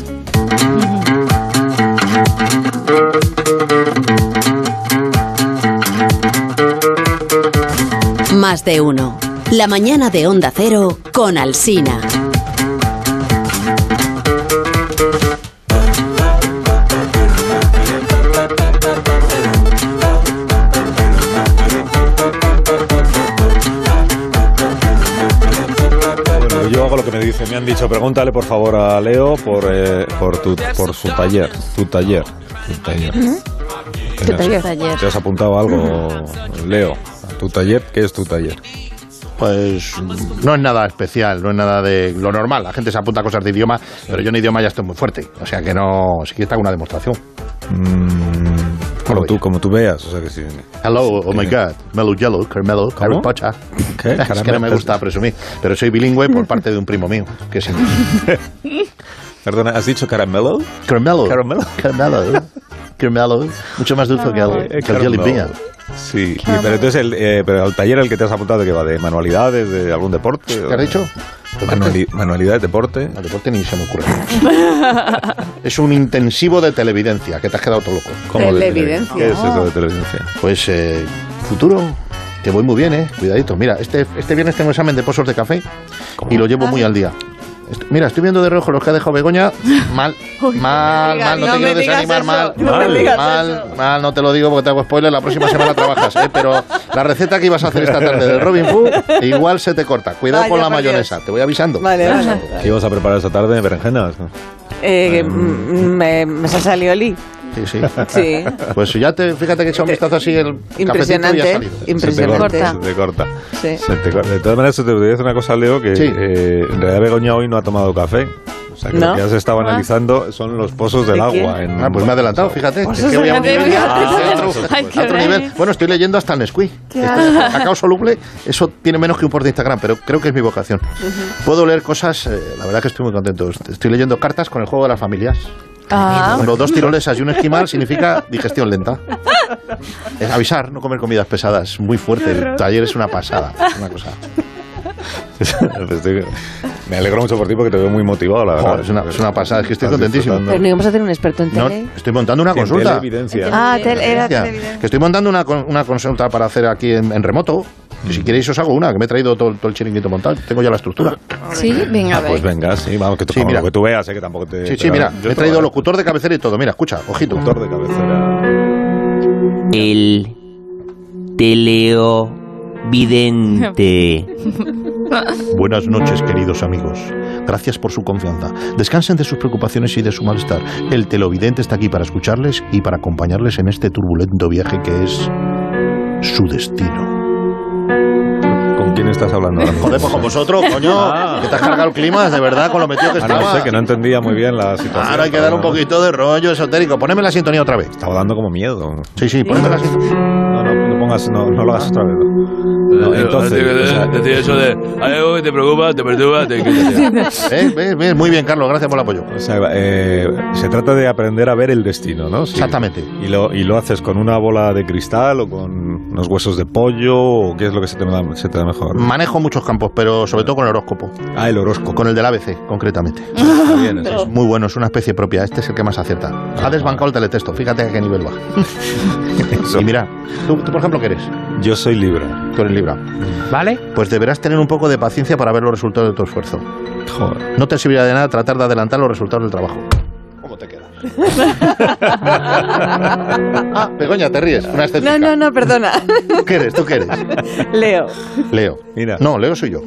Speaker 17: Más de uno. La mañana de Onda Cero con Alsina.
Speaker 1: Bueno, yo hago lo que me dicen. Me han dicho, pregúntale por favor a Leo por, eh, por, tu, por su taller. Tu taller. Tu taller.
Speaker 11: ¿Qué taller?
Speaker 1: ¿Te has apuntado algo, Leo? ¿A tu taller? ¿Qué es tu taller?
Speaker 7: Pues no es nada especial, no es nada de lo normal. La gente se apunta a cosas de idioma, pero yo en idioma ya estoy muy fuerte. O sea que no, si quieres te hago una demostración.
Speaker 1: Mm, como, tú, como tú veas. O sea que sí.
Speaker 7: Hello, oh my god, Melo Yellow, Carmelo, Carapacha.
Speaker 1: ¿Qué?
Speaker 7: [LAUGHS] Es que no me
Speaker 1: pues-
Speaker 7: gusta presumir, pero soy bilingüe por parte de un primo mío, que es inglés.
Speaker 1: [LAUGHS] Perdona, ¿has dicho caramelo?
Speaker 7: Caramelo.
Speaker 1: Caramelo. [LAUGHS]
Speaker 7: Caramelo. Caramelo. Mucho más dulce
Speaker 11: Ah,
Speaker 7: que el, que el jelly bean.
Speaker 1: Sí, y- pero entonces el, eh, pero al taller al que te has apuntado que va de manualidades, de algún deporte.
Speaker 7: ¿Qué has dicho?
Speaker 1: Manuali- manualidades, deporte.
Speaker 7: deporte ni se me ocurre. [LAUGHS] Es un intensivo de televidencia, que te has quedado todo loco.
Speaker 1: ¿Cómo de Televidencia. televidencia? ¿Qué es eso de televidencia?
Speaker 7: Pues eh, futuro, te voy muy bien, ¿eh? Cuidadito. Mira, este, este viernes tengo examen de pozos de café y lo llevo
Speaker 11: Ah.
Speaker 7: muy al día. Est- Mira, estoy viendo de rojo los que ha dejado
Speaker 11: [LAUGHS]
Speaker 7: Begoña. Mal, mal,
Speaker 11: digas,
Speaker 7: mal. No, te
Speaker 11: no me
Speaker 7: quiero
Speaker 11: digas
Speaker 7: desanimar,
Speaker 11: eso,
Speaker 7: mal.
Speaker 11: no me
Speaker 7: mal,
Speaker 11: digas
Speaker 7: mal, mal, no te lo digo porque te hago spoiler. La próxima semana trabajas, ¿eh? Pero la receta que ibas a hacer esta tarde del Robin Hood,
Speaker 11: [LAUGHS]
Speaker 7: igual se te corta. Cuidado
Speaker 11: Vaya,
Speaker 7: con la
Speaker 11: por Dios.
Speaker 7: mayonesa, te voy avisando.
Speaker 11: Vale, vale.
Speaker 1: ¿Qué ibas a preparar esta tarde? ¿Berenjenas?
Speaker 11: Eh, mm, me, me ha salido Oli.
Speaker 7: Sí, sí.
Speaker 11: Sí.
Speaker 7: Pues ya te, ¿eh? fíjate que he echado un vistazo así el cafetito
Speaker 11: Impresionante,
Speaker 7: y ha salido.
Speaker 11: impresionante.
Speaker 1: Se te corta.
Speaker 11: Sí.
Speaker 1: Se te corta. De todas maneras, te voy a decir una cosa, Leo, que eh, en realidad Begoña hoy no ha tomado café. O sea, que
Speaker 7: ¿No?
Speaker 1: lo que ya se estaba
Speaker 7: Ah.
Speaker 1: analizando son los pozos del
Speaker 7: ¿De
Speaker 1: agua.
Speaker 7: quién? Ah, pues me ha adelantado, fíjate. Es que voy a un nivel ya- a [LAUGHS] otro- a otro nivel. Bueno, estoy leyendo hasta Nesquí.
Speaker 11: Qué asco.
Speaker 7: Cacao soluble, eso tiene menos que un por de Instagram, pero creo que es mi vocación. Puedo leer cosas, eh, la verdad que estoy muy contento. Estoy leyendo cartas con el juego de las familias.
Speaker 11: Ah,
Speaker 7: Los dos tirolesas y un esquimal significa digestión lenta. Es avisar, no comer comidas pesadas. Muy fuerte. El taller es una pasada. Una cosa.
Speaker 1: Estoy- [LAUGHS] me alegro mucho por ti porque te veo muy motivado, la verdad.
Speaker 7: es, una, es una pasada, es que estoy contentísimo.
Speaker 11: pero no íbamos a hacer un experto en
Speaker 7: No,
Speaker 11: tele.
Speaker 7: estoy montando una
Speaker 1: En
Speaker 7: consulta.
Speaker 1: televidencia.
Speaker 11: En Ah, tel- era
Speaker 7: Televidencia.
Speaker 11: televidencia.
Speaker 7: Que estoy montando una, con- una consulta para hacer aquí en, en remoto. Que
Speaker 1: Mm.
Speaker 7: si queréis os hago una, que me he traído todo, todo el chiringuito montado. Tengo ya la estructura.
Speaker 4: Sí, venga, a
Speaker 1: Ah, pues
Speaker 4: ver.
Speaker 1: venga, sí, vamos, que, tú,
Speaker 7: Sí,
Speaker 1: vamos,
Speaker 7: mira.
Speaker 1: lo que tú veas, eh, que tampoco te...
Speaker 7: Sí, sí, mira, he traído locutor de cabecera y todo. Mira, escucha, ojito.
Speaker 1: Locutor de cabecera.
Speaker 10: El teleovidente.
Speaker 7: [LAUGHS] Buenas noches, queridos amigos. Gracias por su confianza. Descansen de sus preocupaciones y de su malestar. El televidente está aquí para escucharles y para acompañarles en este turbulento viaje que es su destino.
Speaker 1: quién estás hablando ahora mismo?
Speaker 7: [LAUGHS] Joder, pues con vosotros, [LAUGHS] coño.
Speaker 1: Ah.
Speaker 7: Que te has cargado el clima, de verdad, con lo metido que
Speaker 1: Ah, no
Speaker 7: estaba.
Speaker 1: sé, que no entendía muy bien la situación.
Speaker 7: Ahora hay que dar un poquito de rollo esotérico. Poneme la sintonía otra vez.
Speaker 1: Estaba dando como miedo.
Speaker 7: Sí, sí, poneme la sintonía.
Speaker 1: No, no, no pongas, no, no lo hagas otra vez. No, entonces, o sea,
Speaker 6: Decir eso de, hay algo que te preocupa, te perturba, te inquieta.
Speaker 7: Eh, eh, eh, muy bien, Carlos, gracias por el apoyo.
Speaker 1: O sea, eh, se trata de aprender a ver el destino, ¿no? Sí.
Speaker 7: Exactamente.
Speaker 1: Y lo, y lo haces con una bola de cristal o con unos huesos de pollo o qué es lo que se te da, se te da mejor.
Speaker 7: Manejo muchos campos, pero sobre todo con el horóscopo.
Speaker 1: Ah, el horóscopo.
Speaker 7: Con el del ABC, concretamente.
Speaker 1: Está bien, eso. Ah.
Speaker 7: Es muy bueno, es una especie propia. Este es el que más acierta. Ha desbancado el teletexto, fíjate a qué nivel baja.
Speaker 1: [LAUGHS]
Speaker 7: y mira, ¿tú, tú, por ejemplo, ¿qué eres?
Speaker 1: Yo soy Libra.
Speaker 7: Tú eres Libra.
Speaker 10: ¿Vale?
Speaker 7: Pues deberás tener un poco de paciencia para ver los resultados de tu esfuerzo.
Speaker 1: Joder.
Speaker 7: No te servirá de nada tratar de adelantar los resultados del
Speaker 11: [LAUGHS]
Speaker 7: trabajo.
Speaker 3: ¿Cómo te queda?
Speaker 7: [LAUGHS] Ah, Begoña, te ríes. Una escéptica.
Speaker 11: No, no, no, perdona. [LAUGHS]
Speaker 7: ¿Tú qué eres? ¿Tú qué eres?
Speaker 11: Leo.
Speaker 7: Leo.
Speaker 1: Mira.
Speaker 7: No, Leo soy
Speaker 11: [LAUGHS]
Speaker 7: yo.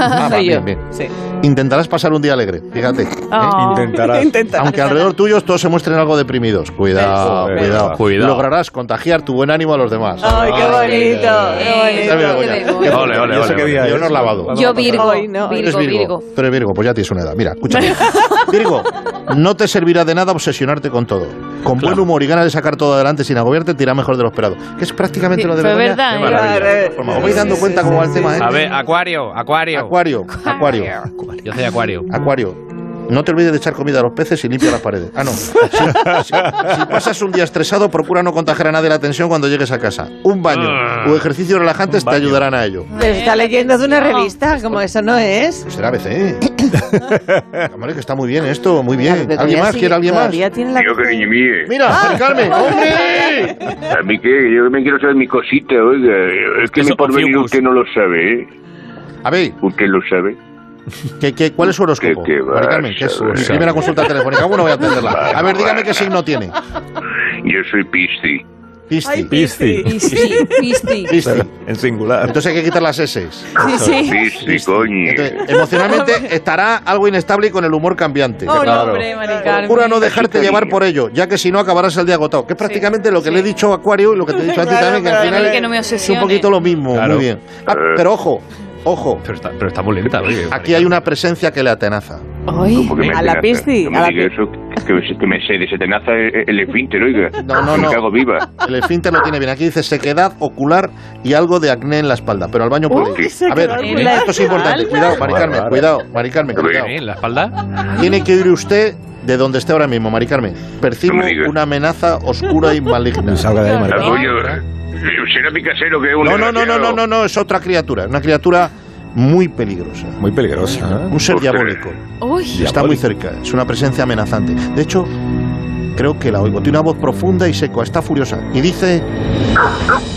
Speaker 7: Ah, va,
Speaker 11: Soy yo.
Speaker 7: bien, bien.
Speaker 11: Sí.
Speaker 7: Intentarás pasar un día alegre, fíjate. ¿eh?
Speaker 11: Oh.
Speaker 1: Intentarás.
Speaker 11: Intentarás.
Speaker 7: Aunque alrededor tuyos todos se muestren algo deprimidos. Cuidado,
Speaker 1: Eso,
Speaker 7: cuidado.
Speaker 1: eso. Cuidado.
Speaker 7: Lograrás contagiar tu buen ánimo a los demás.
Speaker 11: Ay, qué bonito. Qué
Speaker 7: ¿Sabes,
Speaker 11: bonito.
Speaker 7: Begoña?
Speaker 6: Ole, ole, ole,
Speaker 1: ¿Y eso qué
Speaker 6: ole.
Speaker 1: día
Speaker 7: Yo
Speaker 1: es?
Speaker 7: no he lavado.
Speaker 2: Yo Virgo,
Speaker 11: Ay, no.
Speaker 7: Tú eres
Speaker 2: Virgo, Virgo.
Speaker 7: Tú eres Virgo, pues ya tienes una edad. Mira, escúchame. Virgo, no te servirá de nada obsesionarte con todo. Con buen humor y ganas de sacar todo adelante sin agobiarte, te irá mejor de lo esperado. Que es prácticamente
Speaker 4: Sí,
Speaker 7: lo de
Speaker 4: fue
Speaker 7: Begoña.
Speaker 4: verdad,
Speaker 7: Qué
Speaker 4: ¿eh?
Speaker 7: maravilla. Por favor, vais dando cuenta cómo va el tema, ¿eh?
Speaker 10: A ver, Acuario, Acuario.
Speaker 7: Acuario, acuario,
Speaker 10: Yo soy Acuario.
Speaker 7: acuario. No te olvides de echar comida a los peces y limpia las paredes. Ah, no. Si, si- si pasas un día estresado, procura no contagiar a nadie la tensión cuando llegues a casa. Un baño
Speaker 10: Ah.
Speaker 7: o ejercicios relajantes te ayudarán a ello.
Speaker 11: Pero está leyendo de una revista, como eso no es.
Speaker 7: Pues será BC.
Speaker 11: [LAUGHS]
Speaker 7: Hombre, que está muy bien esto, muy bien. ¿Alguien
Speaker 11: Todavía
Speaker 7: más?
Speaker 11: sigue-
Speaker 7: ¿Quiere alguien más?
Speaker 11: todavía tiene la-
Speaker 18: Yo, cariño mío.
Speaker 7: Mira, Carmen, hombre.
Speaker 18: A mí que yo me quiero saber mi cosita, oiga. Es que
Speaker 6: Eso
Speaker 18: mi porvenir
Speaker 6: confío,
Speaker 18: usted no lo sabe, ¿eh?
Speaker 7: A ver,
Speaker 18: Usted lo sabe.
Speaker 7: ¿qué, qué, cuál es su horóscopo?
Speaker 18: ¿Qué- qué
Speaker 7: Mari
Speaker 18: vas
Speaker 7: Carmen, ¿qué es
Speaker 18: a
Speaker 7: su-
Speaker 18: ver?
Speaker 7: mi primera consulta telefónica? Bueno, voy a atenderla. A ver, dígame qué signo tiene.
Speaker 18: Yo soy Pisti.
Speaker 7: Pisti.
Speaker 1: Pisti.
Speaker 2: Pisti, pisti.
Speaker 7: Pisti.
Speaker 1: En singular.
Speaker 7: Entonces hay que quitar las S.
Speaker 11: Sí, sí.
Speaker 18: Pisti, coño.
Speaker 7: Entonces, Eh,
Speaker 11: [LAUGHS]
Speaker 7: emocionalmente estará algo inestable y con el humor cambiante.
Speaker 11: Oh, no,
Speaker 1: Claro.
Speaker 11: hombre, Mari Carmen.
Speaker 7: Procura no dejarte
Speaker 18: Sí,
Speaker 7: llevar
Speaker 18: cariño.
Speaker 7: por ello, ya que si no acabarás el día agotado. Que es prácticamente lo que le he dicho a Acuario y lo que te he dicho a ti
Speaker 11: Claro,
Speaker 7: también, que al
Speaker 11: claro,
Speaker 7: final
Speaker 11: claro.
Speaker 7: es-
Speaker 11: Que no
Speaker 4: me
Speaker 7: es un
Speaker 4: obsesione.
Speaker 7: poquito lo mismo.
Speaker 6: Claro.
Speaker 7: Muy bien. Ah, pero ojo, ojo,
Speaker 6: Pero está, pero está muy lenta, oye.
Speaker 7: aquí hay una presencia que le atenaza.
Speaker 11: Ay,
Speaker 18: Porque me
Speaker 11: a la
Speaker 18: atenaza.
Speaker 11: pisti.
Speaker 18: No
Speaker 11: a
Speaker 18: me
Speaker 11: la
Speaker 18: diga
Speaker 11: pi-
Speaker 18: eso, que- que, me- que me sé, se tenaza el, el esfínter, oiga.
Speaker 7: No, no,
Speaker 18: me
Speaker 7: no.
Speaker 18: cago viva.
Speaker 7: El esfínter lo tiene bien. Aquí dice sequedad ocular y algo de acné en la espalda, pero al baño puede ir.
Speaker 11: sequedad
Speaker 7: A ver,
Speaker 11: ocular.
Speaker 7: esto es importante. Cuidado, Mari Carmen,
Speaker 1: Bárbara.
Speaker 7: cuidado, Mari Carmen,
Speaker 18: A ver.
Speaker 7: cuidado.
Speaker 6: ¿Eh? ¿La espalda?
Speaker 7: Tiene que huir usted de donde esté ahora mismo, Mari Carmen. Percibo
Speaker 18: No me digas.
Speaker 7: una amenaza oscura y maligna.
Speaker 1: No salga de ahí, Mari
Speaker 18: Ah,
Speaker 1: Carmen.
Speaker 18: coño, será mi casero que es un
Speaker 7: No, no, no, no, no,
Speaker 18: desgraciado.
Speaker 7: no, no, es otra criatura, una criatura muy peligrosa,
Speaker 1: Muy peligrosa. ¿eh?
Speaker 7: un ser
Speaker 18: Ostras.
Speaker 7: diabólico.
Speaker 4: Uy,
Speaker 7: Está muy cerca, es una presencia amenazante. De hecho, creo que la oigo. Tiene una voz profunda y seca, está furiosa y dice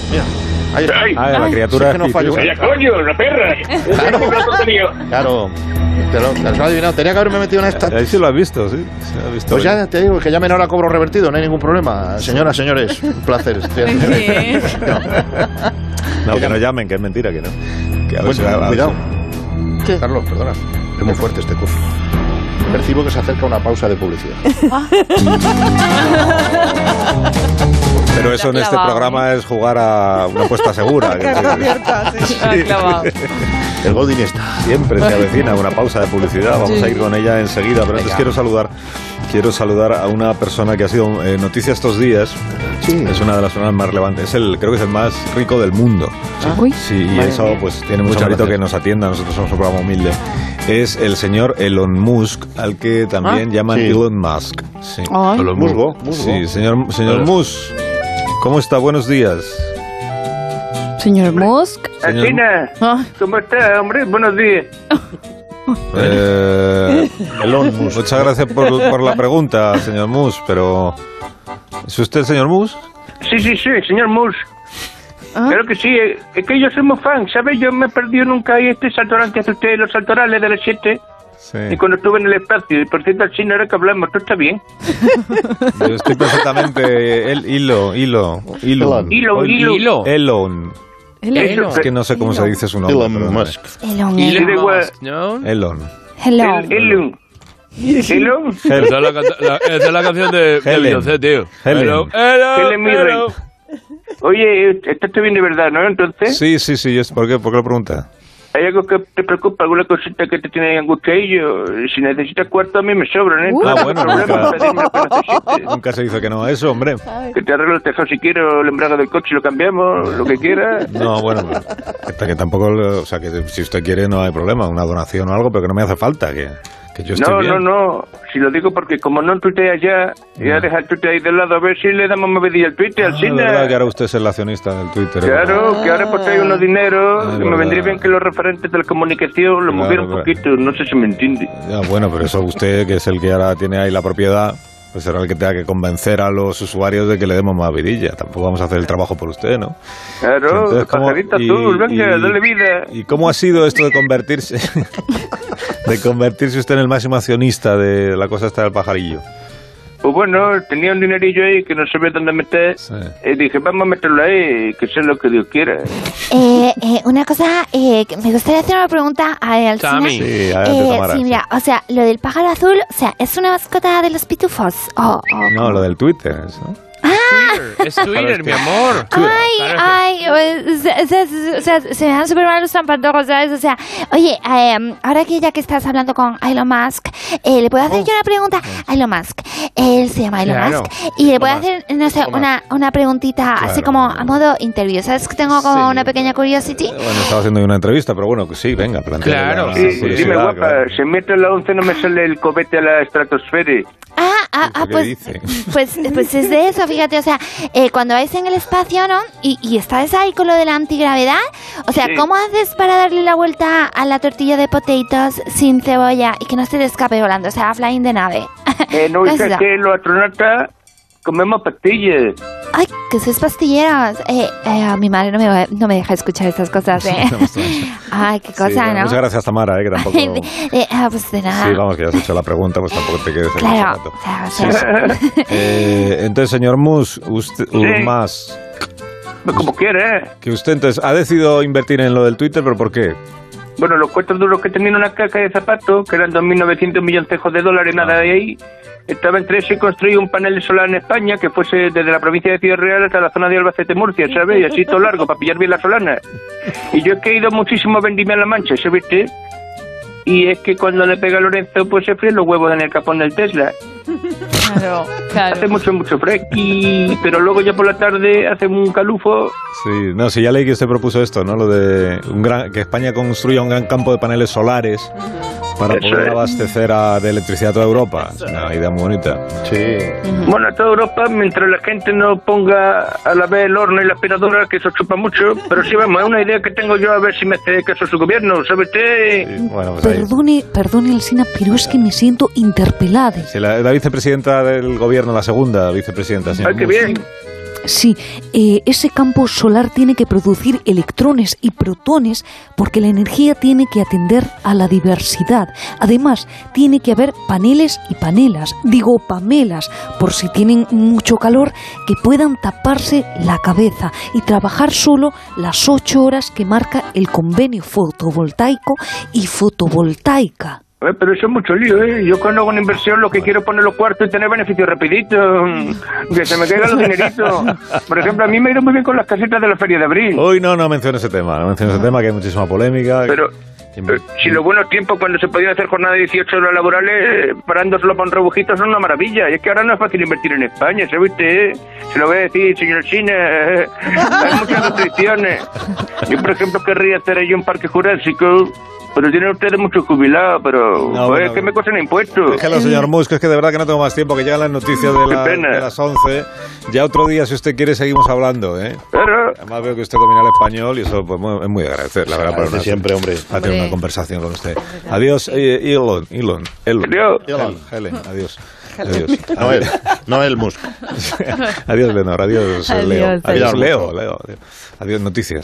Speaker 7: Mira, ahí está.
Speaker 18: ¡Ay!
Speaker 1: Ah, la
Speaker 7: Ay,
Speaker 1: criatura.
Speaker 7: sí que no fallo.
Speaker 1: espiritual.
Speaker 18: ¡Vaya coño, la perra!
Speaker 7: Claro.
Speaker 18: ¡Me lo ha contenido!
Speaker 7: Claro. Te lo, te lo has adivinado, tenía que haberme metido en esta.
Speaker 1: Ahí sí lo has visto, sí. sí lo has visto.
Speaker 7: Pues ya te digo, que llamen ahora a cobro revertido, no hay ningún problema. Señoras,
Speaker 1: [LAUGHS]
Speaker 7: señores, un placer. Estoy aquí.
Speaker 1: no, que no llamen, que es mentira, que no. Que a ver
Speaker 7: Bueno,
Speaker 1: si va-
Speaker 7: cuidado. Carlos, perdona. Es muy fuerte este curso. Percibo que se acerca una pausa de publicidad.
Speaker 1: Pero eso en este
Speaker 5: clavado,
Speaker 1: programa es jugar a una apuesta segura. que-
Speaker 11: Carta abierta, sí.
Speaker 5: Ah, clavado.
Speaker 7: El Godin está.
Speaker 1: Siempre se avecina una pausa de publicidad, vamos a ir con ella enseguida, pero antes quiero saludar, quiero saludar a una persona que ha sido eh, noticia estos días.
Speaker 7: Sí.
Speaker 1: Es una de las personas más relevantes, es el, creo que es el más rico del mundo.
Speaker 4: Uy.
Speaker 1: Sí, y
Speaker 7: Ah. Madre
Speaker 1: eso
Speaker 7: mía.
Speaker 1: pues tiene mucho
Speaker 7: Muchas
Speaker 1: mérito que
Speaker 7: gracias.
Speaker 1: nos atienda, nosotros somos un programa humilde. Es el señor Elon Musk, al que también llaman
Speaker 7: sí.
Speaker 1: Elon Musk. Sí.
Speaker 5: Ay.
Speaker 6: Solo
Speaker 7: Musgo, musgo.
Speaker 1: Sí, señor, señor
Speaker 7: Hola.
Speaker 1: Musk. ¿Cómo está? Buenos días.
Speaker 4: señor Musk.
Speaker 1: Señor-
Speaker 18: Asina,
Speaker 5: Ah,
Speaker 18: ¿cómo estás, hombre? Buenos días.
Speaker 1: Eh, Muchas gracias por, por la pregunta, señor Mus, pero ¿es usted el señor Mus?
Speaker 18: Sí, sí, sí, señor Mus. Claro que sí, eh, es que yo soy muy fan, ¿sabes? Yo me he perdido nunca ahí este saltorante de ustedes, los saltorales de las 7,
Speaker 1: Sí.
Speaker 18: y cuando estuve en el espacio, y por cierto, al chino ahora que hablamos, ¿tú está bien?
Speaker 1: Yo estoy perfectamente el hilo, hilo, hilo.
Speaker 7: Elon.
Speaker 18: Hilo, hilo.
Speaker 6: Hilo.
Speaker 1: Elon.
Speaker 18: Eso,
Speaker 1: Es que no sé cómo se dice su nombre.
Speaker 7: Elon
Speaker 1: perdón.
Speaker 7: Musk.
Speaker 4: Elon,
Speaker 6: Y
Speaker 18: Sí,
Speaker 6: le
Speaker 18: da igual.
Speaker 6: ¿no?
Speaker 1: Elon.
Speaker 4: Hello.
Speaker 18: el- Elon. Elon.
Speaker 6: Esa es la, canta- la- esa es la canción de, de
Speaker 1: Helen.
Speaker 6: Beyoncé, tío.
Speaker 1: Helen.
Speaker 6: Hello, hello,
Speaker 18: Helen Mirren.
Speaker 6: hello.
Speaker 18: Oye, esto está bien de verdad, ¿no? Entonces,
Speaker 1: Sí, sí, sí. yo- ¿Por qué, ¿Por qué lo pregunta?
Speaker 18: ¿Hay algo que te preocupa? ¿Alguna cosita que te tiene angustia? Y yo, si necesitas cuarto, a mí me sobran, ¿eh?
Speaker 1: Ah,
Speaker 18: No
Speaker 1: bueno,
Speaker 18: hay problema,
Speaker 1: nunca,
Speaker 18: pedidme lo que necesites.
Speaker 1: nunca se dice que no a eso, hombre.
Speaker 18: Que te arreglo el tejado si quiero, el embrague del coche lo cambiamos, lo que quieras.
Speaker 1: No, bueno, hasta que tampoco, o sea, que si usted quiere no hay problema, una donación o algo, pero que no me hace falta, que, que [LAUGHS] yo estoy
Speaker 18: No,
Speaker 1: bien.
Speaker 18: no, no. Si lo digo porque como no tuiteas ya, ya deja el tuite ahí de lado a ver si le damos movedilla al tuite, al
Speaker 1: Ah,
Speaker 18: cine.
Speaker 1: de verdad que ahora usted es el accionista del Twitter. ¿eh?
Speaker 18: Claro, que ahora pues hay unos dineros,
Speaker 1: Ah,
Speaker 18: que me
Speaker 1: verdad.
Speaker 18: vendría bien que los referentes de la comunicación lo
Speaker 1: Claro,
Speaker 18: movieran un
Speaker 1: claro.
Speaker 18: poquito, no sé si me entiende.
Speaker 1: Ya, bueno, pero eso usted, que es el que ahora tiene ahí la propiedad, pues será el que tenga que convencer a los usuarios de que le demos más vidilla. Tampoco vamos a hacer el trabajo por usted, ¿no?
Speaker 18: Claro,
Speaker 1: Entonces, ¿cómo-
Speaker 18: pajarito
Speaker 1: y-
Speaker 18: azul, venga,
Speaker 1: y-
Speaker 18: dale vida.
Speaker 1: ¿Y cómo ha sido esto de convertirse [LAUGHS] de convertirse usted en el máximo accionista de la cosa esta del pajarillo?
Speaker 18: Pues bueno, tenía un dinerillo ahí que no sabía dónde meter, y dije, vamos a meterlo ahí, que sea lo que Dios
Speaker 1: [LAUGHS]
Speaker 18: quiera.
Speaker 19: Eh, eh, una cosa, eh, que me gustaría hacer una pregunta a Alcina. Eh,
Speaker 18: Tami. Sí, adelante, Tamara,
Speaker 19: sí, mira, o sea, lo del pájaro azul, o sea, es una mascota de los pitufos. Oh, oh.
Speaker 1: No, lo del Twitter. eso.
Speaker 6: Es Twitter, mi amor.
Speaker 19: Ay, ay, o sea, o sea, o sea, se me dan súper mal los zampatojos, ¿sabes? O sea, oye, em, ahora que ya que estás hablando con Elon Musk, eh, le puedo hacer yo una pregunta a Elon Musk. Él se llama Elon
Speaker 20: Claro.
Speaker 19: Musk. Y le puedo hacer, no sé,
Speaker 1: Elon
Speaker 19: una, una preguntita así
Speaker 1: Claro.
Speaker 19: como a modo interview. ¿Sabes que tengo como una pequeña curiosity?
Speaker 1: Bueno, estaba haciendo yo una entrevista, pero bueno, que sí, venga, plantea.
Speaker 18: Sí, dime, guapa, si meto la 11 no me sale el copete a la estratosfera.
Speaker 19: Ah, ah, ah, pues
Speaker 1: dice?
Speaker 19: [LAUGHS]
Speaker 1: [LAUGHS]
Speaker 19: Pues, pues es de eso, fíjate, o sea, eh, cuando vais en el espacio, ¿no? Y, y estás ahí con lo de la antigravedad, o sea,
Speaker 18: Sí.
Speaker 19: ¿cómo haces para darle la vuelta a la tortilla de potatoes sin cebolla y que no se te escape volando, o sea, flying de nave?
Speaker 18: [LAUGHS] Eh, no
Speaker 19: Pues
Speaker 18: es
Speaker 19: la-
Speaker 18: que los astronautas comemos pastillas.
Speaker 19: Ay, que sois pastilleros. Eh, eh, mi madre no me, va- no me deja escuchar estas cosas, ¿eh? [LAUGHS] Ay, qué cosa,
Speaker 1: Sí, bueno,
Speaker 19: ¿no?
Speaker 1: Muchas gracias, Tamara, eh, que
Speaker 19: [LAUGHS]
Speaker 1: tampoco.
Speaker 19: Eh, ah, pues de nada.
Speaker 1: Sí, vamos, que ya has hecho la pregunta, pues tampoco te quedes en el
Speaker 19: claro.
Speaker 1: zapato.
Speaker 19: o sea, o
Speaker 1: Sí,
Speaker 19: sea,
Speaker 1: sí.
Speaker 19: [LAUGHS]
Speaker 1: Eh, entonces, señor Mus, usted,
Speaker 18: Sí.
Speaker 1: más,
Speaker 18: Como quiera.
Speaker 1: que usted entonces ha decidido invertir en lo del Twitter, pero ¿por qué?
Speaker 18: Bueno, los cuartos duros que tenía en una caja de zapatos, que eran 2.900 milloncejos de dólares, nada de ahí, estaba entre eso y construir un panel solar en España que fuese desde la provincia de Ciudad Real hasta la zona de Albacete-Murcia, ¿sabes? Y así todo largo, para pillar bien la solana. Y yo es que he ido muchísimo a vendimia a la mancha, ¿se viste? Y es que cuando le pega a Lorenzo, pues se fríen los huevos en el capón del Tesla.
Speaker 5: Claro, claro.
Speaker 18: Hace mucho, mucho fresqui, pero luego ya por la tarde hace un calufo.
Speaker 1: Sí, no, si ya leí que usted propuso esto, ¿no? Lo de un gran, que España construya un gran campo de paneles solares para
Speaker 18: Eso
Speaker 1: poder
Speaker 18: es.
Speaker 1: abastecer a- de electricidad a toda Europa. Es una idea muy bonita. Sí.
Speaker 18: Bueno, a toda Europa, mientras la gente no ponga a la vez el horno y la aspiradora, que eso chupa mucho, pero sí, vamos, es una idea que tengo yo a ver si me hace caso su gobierno, ¿sabe usted?
Speaker 1: Bueno, pues ahí.
Speaker 4: Perdone, perdone, Alsina, pero es que me siento interpelada.
Speaker 1: Sí, la, la vicepresidenta del gobierno, la segunda vicepresidenta, señor. Mus.
Speaker 4: Sí, eh, ese campo solar tiene que producir electrones y protones porque la energía tiene que atender a la diversidad. Además, tiene que haber paneles y panelas, digo pamelas, por si tienen mucho calor, que puedan taparse la cabeza y trabajar solo las ocho horas que marca el convenio fotovoltaico y fotovoltaica.
Speaker 18: Eh, pero eso es mucho lío, ¿eh? Yo cuando hago una inversión lo que quiero es poner los cuartos y tener beneficios rapidito, que se me
Speaker 5: [LAUGHS]
Speaker 18: caigan los dineritos. Por ejemplo, a mí me ha ido muy bien con las casetas de la Feria de Abril.
Speaker 1: Hoy no, no menciono ese tema, no menciono ese tema, que hay muchísima polémica.
Speaker 18: Ah. Pero, eh, Si los buenos tiempos, cuando se podían hacer jornadas de 18 horas laborales, eh, parándoselo para un rebujito, son una maravilla. Y es que ahora no es fácil invertir en España, ¿sabe usted? Se lo voy a decir, señor China. [LAUGHS] eh, Hay muchas restricciones. Yo, por ejemplo, querría hacer ahí un parque jurásico, pero tienen ustedes muchos jubilados, pero
Speaker 1: No,
Speaker 18: pues,
Speaker 1: bueno,
Speaker 18: que me cosen impuestos.
Speaker 1: Déjalo, señor Musk, que es que de verdad que no tengo más tiempo, que llegan las noticias de,
Speaker 18: Qué
Speaker 1: la-
Speaker 18: pena.
Speaker 1: de las 11. Ya otro día, si usted quiere, seguimos hablando, ¿eh?
Speaker 18: Pero...
Speaker 1: Además veo que usted domina el español y eso pues, mu- es muy de agradecer, la verdad, para
Speaker 7: Agradece siempre,
Speaker 1: hombre. Para tener
Speaker 7: Hombre.
Speaker 1: una conversación con usted. Adiós, eh, Elon, Elon, Elon.
Speaker 7: Adiós.
Speaker 1: Helen, Helen, adiós.
Speaker 7: Helen.
Speaker 1: Adiós.
Speaker 7: Noel,
Speaker 1: Noel Musk. [LAUGHS] adiós, Leonor, adiós,
Speaker 7: Adiós,
Speaker 1: Leo. Adiós,
Speaker 7: Leo.
Speaker 1: Leo, Leo. Adiós, noticias.